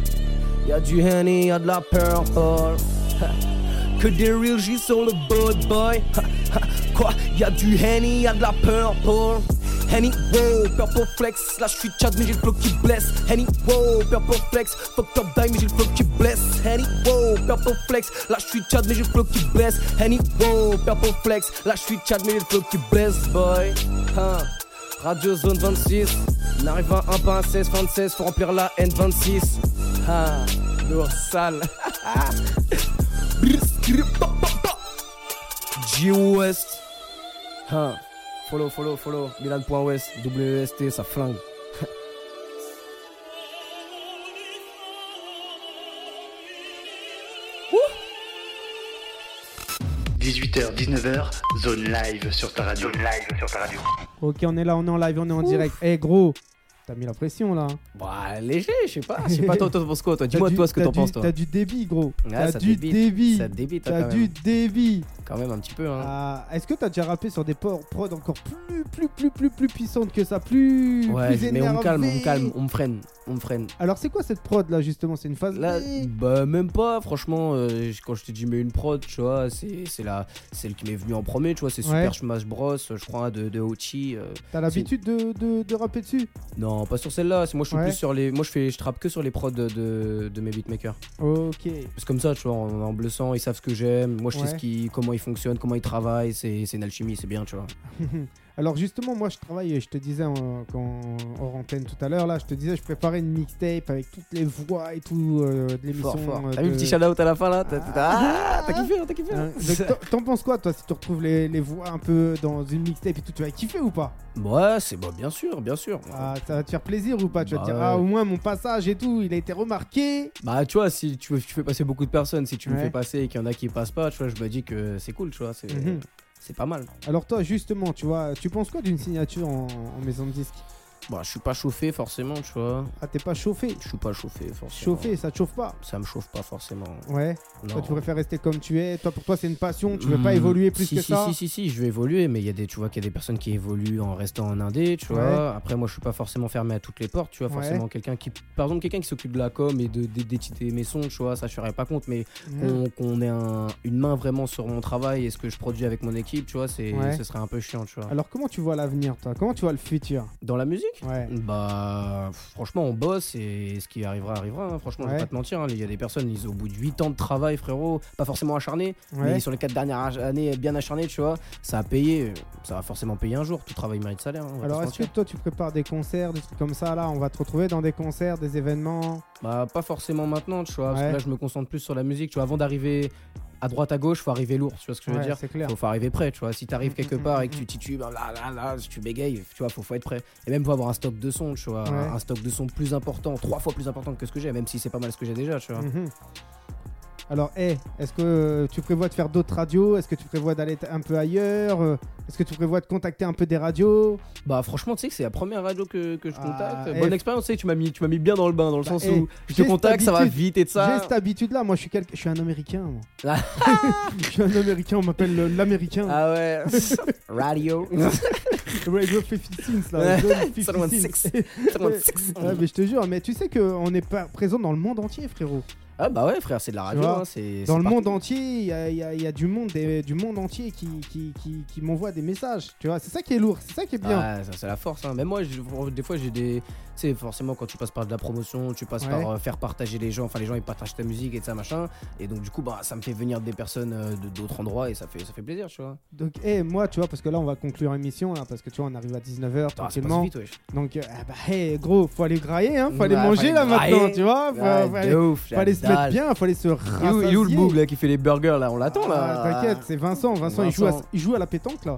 S7: Y'a du Henny, y'a de la purple. Ha. Que des real G sur le boat boy. Ha, ha. Quoi, y'a du Henny, y'a de la purple. Henny, wow, purple flex. Là, j'suis Chad, mais j'ai le flow qui blesse. Henny, wow, purple flex. Fuck top die, mais j'ai le flow qui blesse. Henny, wow, purple flex. Là, j'suis Chad, mais j'ai le flow qui blesse. Henny, wow, purple flex. Là, j'suis Chad, mais j'ai le flow qui blesse, boy. Ha. Radio Zone 26, on arrive à 1 pas un 16, 26, faut remplir la N26. Ah, lourd sale. G-West.
S4: Hein.
S7: Ah, follow, follow, follow. Milan.West, WST, ça flingue. Ouh.
S1: 18h, 19h, zone live sur ta radio. live sur ta radio.
S3: Ok, on est là, on est en live, on est en direct. Eh gros, t'as mis la pression là.
S4: Bah, léger, je sais pas. Je sais pas, toi, toi, t'en penses quoi, toi Dis-moi,
S3: T'as du-
S4: toi, ce que
S3: t'as
S4: t'en
S3: du-
S4: penses, toi.
S3: T'as du débit, gros.
S4: Ouais,
S3: t'as
S4: ça
S3: du
S4: débite,
S3: débit.
S4: Ça débite, hein,
S3: T'as
S4: quand,
S3: du
S4: même.
S3: débit.
S4: quand même un petit peu. Hein.
S3: Ah, Est-ce que t'as déjà rappé sur des por- prods encore plus, plus, plus, plus, plus puissantes que ça, plus,
S4: ouais,
S3: plus
S4: mais on me calme, on me
S3: énervées
S4: calme, on me freine, on me freine.
S3: Alors c'est quoi cette prod là justement C'est une phase
S4: Là,
S3: B
S4: bah même pas, franchement, euh, je- quand je te dis mais une prod, tu vois, c'est c'est la celle qui m'est venue en premier, tu vois, c'est
S3: Ouais.
S4: Super Smash Bros, je crois, de, de Ochi. euh.
S3: T'as l'habitude de, de, de rapper dessus
S4: Non, pas sur celle-là, c'est- moi je suis
S3: Ouais.
S4: plus sur les, moi je fais, je trappe que sur les prods de, de, de mes beatmakers.
S3: Ok.
S4: C'est comme ça, tu vois, en, en blessant, ils savent ce que j'aime, moi je
S3: Ouais.
S4: sais ce qui, comment ils fonctionnent, comment ils travaillent, c'est c'est une alchimie, c'est bien, tu vois.
S3: Alors justement, moi je travaille, je te disais en- quand hors antenne tout à l'heure là, je te disais je préparais une mixtape avec toutes les voix et tout euh, de l'émission.
S4: Fort, fort.
S3: euh,
S4: T'as vu le
S3: de-
S4: petit shout-out à la fin là T'as
S3: Ah.
S4: ah, t'as kiffé, hein, t'as kiffé. hein
S3: Hein, donc, t'en- T'en penses quoi toi si tu retrouves les, les voix un peu dans une mixtape et tout, tu vas kiffer ou pas
S4: Ouais, c'est bah, bien sûr, bien sûr.
S3: Ah, ça va te faire plaisir ou pas Tu vas te
S4: Bah
S3: dire,
S4: ouais.
S3: ah, au moins mon passage et tout, il a été remarqué.
S4: Bah tu vois, si tu, tu fais passer beaucoup de personnes, si tu me
S3: Ouais.
S4: fais passer et qu'il y en a qui passent pas, tu vois, je me dis que c'est cool, tu vois, c'est
S3: Mhm.
S4: c'est pas mal.
S3: Alors, toi, justement, tu vois, tu penses quoi d'une signature en, en maison de disque
S4: Bah je suis pas chauffé forcément, tu vois.
S3: Ah, t'es pas chauffé
S4: Je suis pas chauffé forcément.
S3: Chauffé, ça te chauffe pas
S4: Ça me chauffe pas forcément.
S3: Ouais,
S4: Non.
S3: toi tu préfères rester comme tu es, toi pour toi c'est une passion, tu veux pas
S4: Hmm,
S3: évoluer plus
S4: si,
S3: que
S4: si,
S3: ça
S4: Si, si, si, je vais évoluer, mais il y a des, tu vois, qu'il y a des personnes qui évoluent en restant en indé, tu vois.
S3: Ouais.
S4: Après, moi, je suis pas forcément fermé à toutes les portes, tu vois.
S3: Ouais.
S4: Forcément, quelqu'un qui, par exemple, quelqu'un qui s'occupe de la com et de, des des titres et mes sons, tu vois, ça, je serais pas contre, mais
S3: Hmm.
S4: qu'on qu'on ait un- une main vraiment sur mon travail et ce que je produis avec mon équipe, tu vois, c'est,
S3: Ouais.
S4: ce serait un peu chiant, tu vois.
S3: Alors, comment tu vois l'avenir, toi Comment tu vois le futur
S4: Dans la musique
S3: Ouais.
S4: bah, pff, franchement, on bosse et ce qui arrivera, arrivera. hein. Franchement, je
S3: Ouais.
S4: vais pas te mentir. hein. Il y a des personnes, ils au bout de 8 ans de travail, frérot, pas forcément acharné,
S3: Ouais.
S4: mais sur les quatre dernières ach- années bien acharnées, tu vois, ça a payé. Ça va forcément payer un jour. Tout travail mérite salaire. hein, on va
S3: Alors,
S4: pas
S3: est-ce
S4: se
S3: que
S4: mentir.
S3: toi tu prépares des concerts, des trucs comme ça là On va te retrouver dans des concerts, des événements
S4: Bah, pas forcément maintenant, tu vois. Parce
S3: Ouais.
S4: que là, je me concentre plus sur la musique. Tu vois, avant d'arriver à droite, à gauche, faut arriver lourd. Tu vois ce que je veux
S3: Ouais,
S4: dire
S3: c'est clair.
S4: Faut, faut arriver prêt, tu vois. Si t'arrives
S3: Mm,
S4: quelque
S3: mm,
S4: part
S3: mm,
S4: et que
S3: mm.
S4: tu titubes, hein, là, là, là, si tu bégayes, tu vois, faut, faut être prêt. Et même faut avoir un stock de son, tu vois.
S3: Ouais.
S4: Un, un stock de son plus important, trois fois plus important que ce que j'ai, même si c'est pas mal ce que j'ai déjà, tu vois.
S3: Mhm. Alors, hey, est-ce que euh, tu prévois de faire d'autres radios Est-ce que tu prévois d'aller t- un peu ailleurs Euh, Est-ce que tu prévois de contacter un peu des radios
S4: Bah, franchement, tu sais que c'est la première radio que, que je
S3: Ah,
S4: contacte.
S3: eh.
S4: Bonne expérience, tu sais, tu m'as mis, tu m'as mis bien dans le bain, dans le
S3: Bah,
S4: sens
S3: eh,
S4: où je te
S3: j'ai cette
S4: contacte, ça va
S3: habitude.
S4: vite et de ça.
S3: J'ai cette habitude là, moi je suis, quelqu'un- je suis un américain. Moi.
S4: Ah.
S3: je suis un américain, on m'appelle le- l'américain.
S4: Ah ouais. radio.
S3: Radio 50 cents, là.
S4: Ouais.
S3: Zone 50 cents.
S4: 116.
S3: Ouais, mais je te jure, mais tu sais qu'on est pas présent dans le monde entier, frérot.
S4: Ah bah ouais frère, c'est de la radio,
S3: vois,
S4: hein, c'est
S3: Dans
S4: c'est
S3: le
S4: partout.
S3: monde entier, il y a, il y a- il y a du, monde, des- du monde entier qui, qui, qui, qui m'envoie des messages. Tu vois, c'est ça qui est lourd, c'est ça qui est bien.
S4: hein. Ah, ça, c'est la force. hein. Même moi, je- des fois, j'ai des, sais, forcément, quand tu passes par de la promotion, tu passes
S3: Ouais.
S4: par euh, faire partager les gens. Enfin, les gens, ils partagent ta musique et de ça, machin. Et donc, du coup, bah, ça me fait venir des personnes euh, de- d'autres endroits et ça fait, ça fait plaisir, tu vois.
S3: Donc, eh, moi, tu vois, parce que là, on va conclure l'émission, là, parce que tu vois, on arrive à 19h
S4: Ah, ça passe
S3: tranquillement.
S4: vite, wesh.
S3: Donc, euh, ah bah, hey, gros, faut aller grailler, hein, faut aller
S4: Ouais,
S3: manger
S4: fallait
S3: là
S4: grailler.
S3: maintenant, tu vois. Faut,
S4: Ouais,
S3: faut
S4: de
S3: aller,
S4: ouf,
S3: faut aller se mettre
S4: dalle.
S3: bien, faut aller se
S4: Il est où-
S3: rassasier.
S4: il est où le boug là qui fait les burgers là On l'attend là
S3: Ah, T'inquiète, c'est Vincent. Vincent, Il, joue à,
S4: Vincent.
S3: il joue à la pétanque là.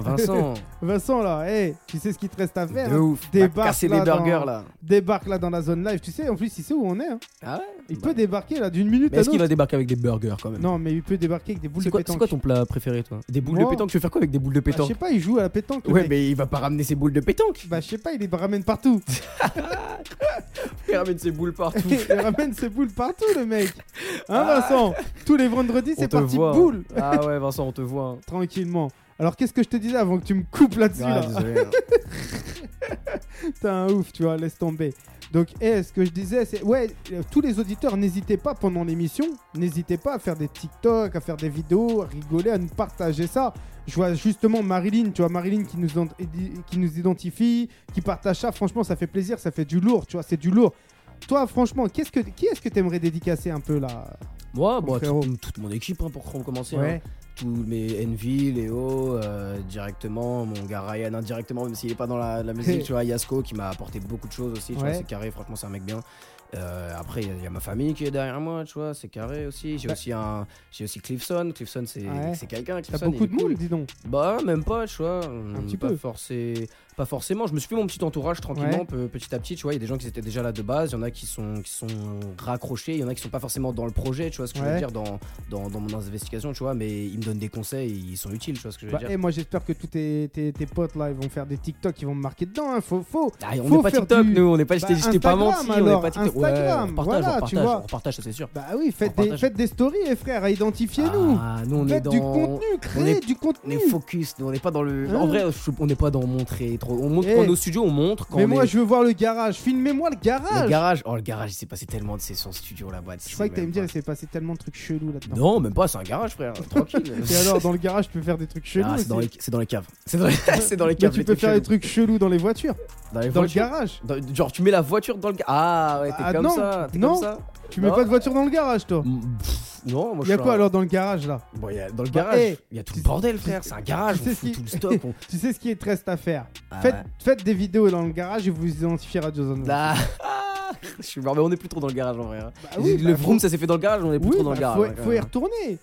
S4: Vincent
S3: Vincent là, hey, tu sais ce qu'il te reste à faire.
S4: De
S3: hein.
S4: ouf
S3: Débarque
S4: Bah, Casser
S3: là
S4: des burgers
S3: dans-
S4: là
S3: Débarque là dans la zone live. Tu sais, en plus, il sait où on est. hein.
S4: Ah ouais
S3: Il
S4: Bah.
S3: peut débarquer là d'une minute
S4: Mais
S3: à
S4: est-ce qu'il
S3: l'autre.
S4: va débarquer avec des burgers quand même
S3: Non, mais il peut débarquer avec des boules
S4: C'est
S3: de
S4: quoi,
S3: pétanque.
S4: c'est quoi ton plat préféré toi Des boules
S3: Moi
S4: de pétanque Tu veux faire quoi avec des boules de
S3: Bah, Je
S4: pétanque
S3: sais pas, il joue à la pétanque. le
S4: Ouais,
S3: mec.
S4: mais il va pas ramener ses boules de pétanque
S3: Bah, je sais pas, il les ramène partout.
S4: Il ramène ses boules partout
S3: il ramène ses boules partout, le mec. Hein, Vincent Tous les vendredis,
S4: Ah. On
S3: c'est
S4: te
S3: parti
S4: voit.
S3: boule.
S4: Ah ouais, Vincent, on te voit. hein.
S3: Tranquillement. Alors, qu'est-ce que je te disais avant que tu me coupes là-dessus
S4: Ah,
S3: là Ah,
S4: désolé, hein.
S3: T'es un ouf, tu vois, laisse tomber. Donc, eh, ce que je disais, c'est. Ouais, euh, tous les auditeurs, n'hésitez pas pendant l'émission, n'hésitez pas à faire des TikTok, à faire des vidéos, à rigoler, à nous partager ça. Je vois justement Marilyn, tu vois, Marilyn qui nous, ident- qui nous identifie, qui partage ça. Franchement, ça fait plaisir, ça fait du lourd, tu vois, c'est du lourd. Toi, franchement, qu'est-ce que, qui est-ce que t'aimerais dédicacer un peu là
S4: Moi, bon,
S3: frérot.
S4: toute, toute mon équipe hein, pour commencer. hein. tous mes Envy, Léo, euh, directement, mon gars Ryan indirectement, même s'il est pas dans la, la musique, tu vois, Yasko qui m'a apporté beaucoup de choses aussi, tu vois,
S3: Ouais.
S4: c'est carré, franchement c'est un mec bien. Euh, après il y a- il y, a ma famille qui est derrière moi, tu vois, c'est carré aussi. J'ai
S3: Bah.
S4: aussi un, j'ai aussi Cliffson, Cliffson c'est
S3: Ouais.
S4: c'est quelqu'un.
S3: T'as
S4: Cliffson, il
S3: beaucoup
S4: est
S3: de monde,
S4: cool.
S3: dis donc.
S4: Bah même pas, tu vois. Un
S3: petit
S4: pas
S3: peu.
S4: Forcé, pas forcément. Je me suis fait mon petit entourage tranquillement,
S3: Ouais.
S4: peu- petit à petit. Tu vois, il y a des gens qui étaient déjà là de base, il y en a qui sont qui sont raccrochés, il y en a qui sont pas forcément dans le projet, tu vois ce que je
S3: Ouais.
S4: veux dire dans, dans dans mon investigation, tu vois. Mais ils me donnent des conseils, ils sont utiles, tu vois ce que je veux
S3: Bah,
S4: dire.
S3: eh, moi, j'espère que tous tes, tes- tes potes là, ils vont faire des TikTok, ils vont me marquer dedans, hein. Faut, faut,
S4: Ah, on
S3: faut
S4: n'est pas
S3: faire
S4: TikTok,
S3: du- bah,
S4: nous, on n'est pas, je t'ai- je t'ai pas
S3: Instagram,
S4: menti, on
S3: alors,
S4: n'est pas TikTok. Ouais,
S3: Instagram,
S4: on partage,
S3: voilà,
S4: on
S3: tu
S4: partage,
S3: vois.
S4: on repartage, ça c'est sûr.
S3: Bah oui, faites
S4: On
S3: des,
S4: partage.
S3: faites des stories, eh, frère, identifiez-nous.
S4: Ah, nous, on est
S3: Faites du
S4: dans.
S3: contenu,
S4: on
S3: créez
S4: est-
S3: du
S4: On
S3: contenu.
S4: est focus, nous, on n'est pas dans le.
S3: Hein.
S4: En vrai, je- on n'est pas dans montrer trop. On montre
S3: Eh.
S4: quand on est au studio, on montre quand
S3: Mais
S4: on
S3: moi,
S4: est-
S3: je veux voir le garage. Filmez-moi le garage.
S4: Le garage, oh le garage, il s'est passé tellement de sessions studio là-bas.
S3: Je croyais que t'allais me dire, il s'est passé tellement de trucs chelous là-dedans.
S4: Non, même pas, c'est un garage, frère. Tranquille.
S3: Et alors, dans le garage, tu peux faire des trucs chelous.
S4: Ah, c'est
S3: aussi.
S4: dans, les... c'est dans les caves. C'est dans les, c'est dans les
S3: Mais
S4: caves.
S3: tu
S4: les
S3: peux
S4: trucs
S3: faire des
S4: chelous.
S3: trucs chelous dans les voitures,
S4: dans les
S3: dans le
S4: voitures.
S3: garage.
S4: Dans- Genre, tu mets la voiture dans le garage. Ah ouais, t'es
S3: Ah,
S4: comme
S3: non,
S4: ça. T'es
S3: non.
S4: comme ça.
S3: Tu mets
S4: Non.
S3: pas de voiture dans le garage, toi.
S4: Mm, pff, Non, moi
S3: Il
S4: je
S3: y a
S4: suis
S3: quoi
S4: un-
S3: alors dans le garage là
S4: Bon, il y a- Dans le
S3: Bah,
S4: garage, il
S3: eh,
S4: y a tout
S3: tu-
S4: le bordel, frère. C'est un garage,
S3: tu sais
S4: on
S3: ce qui-
S4: fout tout le stock. on-
S3: Tu sais ce qui te reste à faire
S4: Ah,
S3: faites,
S4: ouais.
S3: faites des vidéos dans le garage et vous vous identifiez Radio Zone.
S4: Là. Je suis mort, mais on est plus trop dans le garage en vrai. hein.
S3: Bah oui,
S4: le
S3: bah,
S4: vroom, ça s'est fait dans le garage, on est plus
S3: Oui,
S4: trop dans le
S3: bah,
S4: garage.
S3: faut,
S4: ouais, quand
S3: faut y
S4: même.
S3: retourner.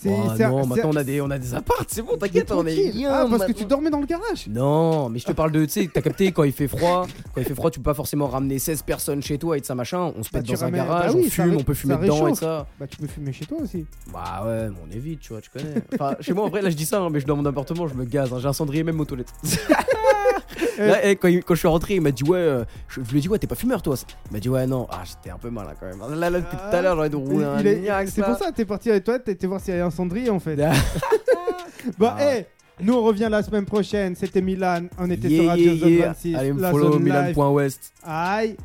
S3: C'est
S4: Oh,
S3: c'est-
S4: non,
S3: c'est-
S4: maintenant on a des, on a des apparts, c'est bon, t'inquiète, on est
S3: tranquille.
S4: bien.
S3: Ah, parce que
S4: maintenant.
S3: tu dormais dans le garage.
S4: Non, mais je te parle de, tu sais, t'as capté quand il fait froid, quand il fait froid, tu peux pas forcément ramener 16 personnes chez toi et de ça machin. On se
S3: Bah,
S4: pète
S3: tu
S4: dans un
S3: ramènes-
S4: garage,
S3: bah oui,
S4: on
S3: ça
S4: fume,
S3: ré-
S4: on peut fumer
S3: ça
S4: dedans et
S3: réchauffe.
S4: ça.
S3: Bah, tu peux fumer chez toi aussi.
S4: Bah ouais, mais on évite, tu vois, tu connais. Enfin, chez moi en vrai, là je dis ça, hein, mais je suis dans mon appartement, je me gaze, hein, j'ai un cendrier même aux toilettes. Là, eh, quand, il- quand je suis rentré, il m'a dit ouais, euh, je, je lui ai dit ouais, t'es pas fumeur toi. Il m'a dit ouais, non, ah j'étais un peu mal là quand même. Là, là, depuis tout à l'heure, j'aurais de rouler un
S3: Ah, Il est-
S4: niaque,
S3: C'est
S4: là.
S3: pour ça que t'es parti avec toi, t'es t'es voir s'il y avait un cendrier en fait.
S4: Ah.
S3: bah,
S4: Ah.
S3: hey, nous on revient la semaine prochaine. C'était Milan, on était sur
S4: Yeah,
S3: Radio
S4: yeah,
S3: Zone
S4: yeah.
S3: 26.
S4: Allez me
S3: la
S4: follow
S3: zone live.
S4: milan.west.
S3: Aïe.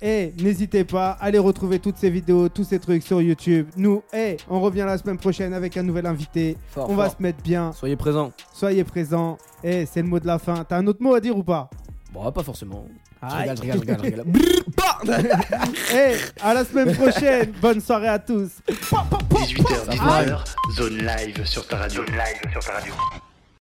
S3: Hey, n'hésitez pas, allez retrouver toutes ces vidéos, tous ces trucs sur YouTube. Nous, hey, on revient la semaine prochaine avec un nouvel invité.
S4: Fort,
S3: on va
S4: fort.
S3: se mettre bien.
S4: Soyez présents.
S3: Soyez présents. Hey, c'est le mot de la fin. T'as un autre mot à dire ou pas
S4: Bon, pas forcément. Je
S3: Aïe.
S4: rigole, je rigole, je rigole, je rigole.
S3: Hey, Eh, à la semaine prochaine. Bonne soirée à tous.
S1: 18h, 19h, zone live sur ta radio. Zone live sur ta radio.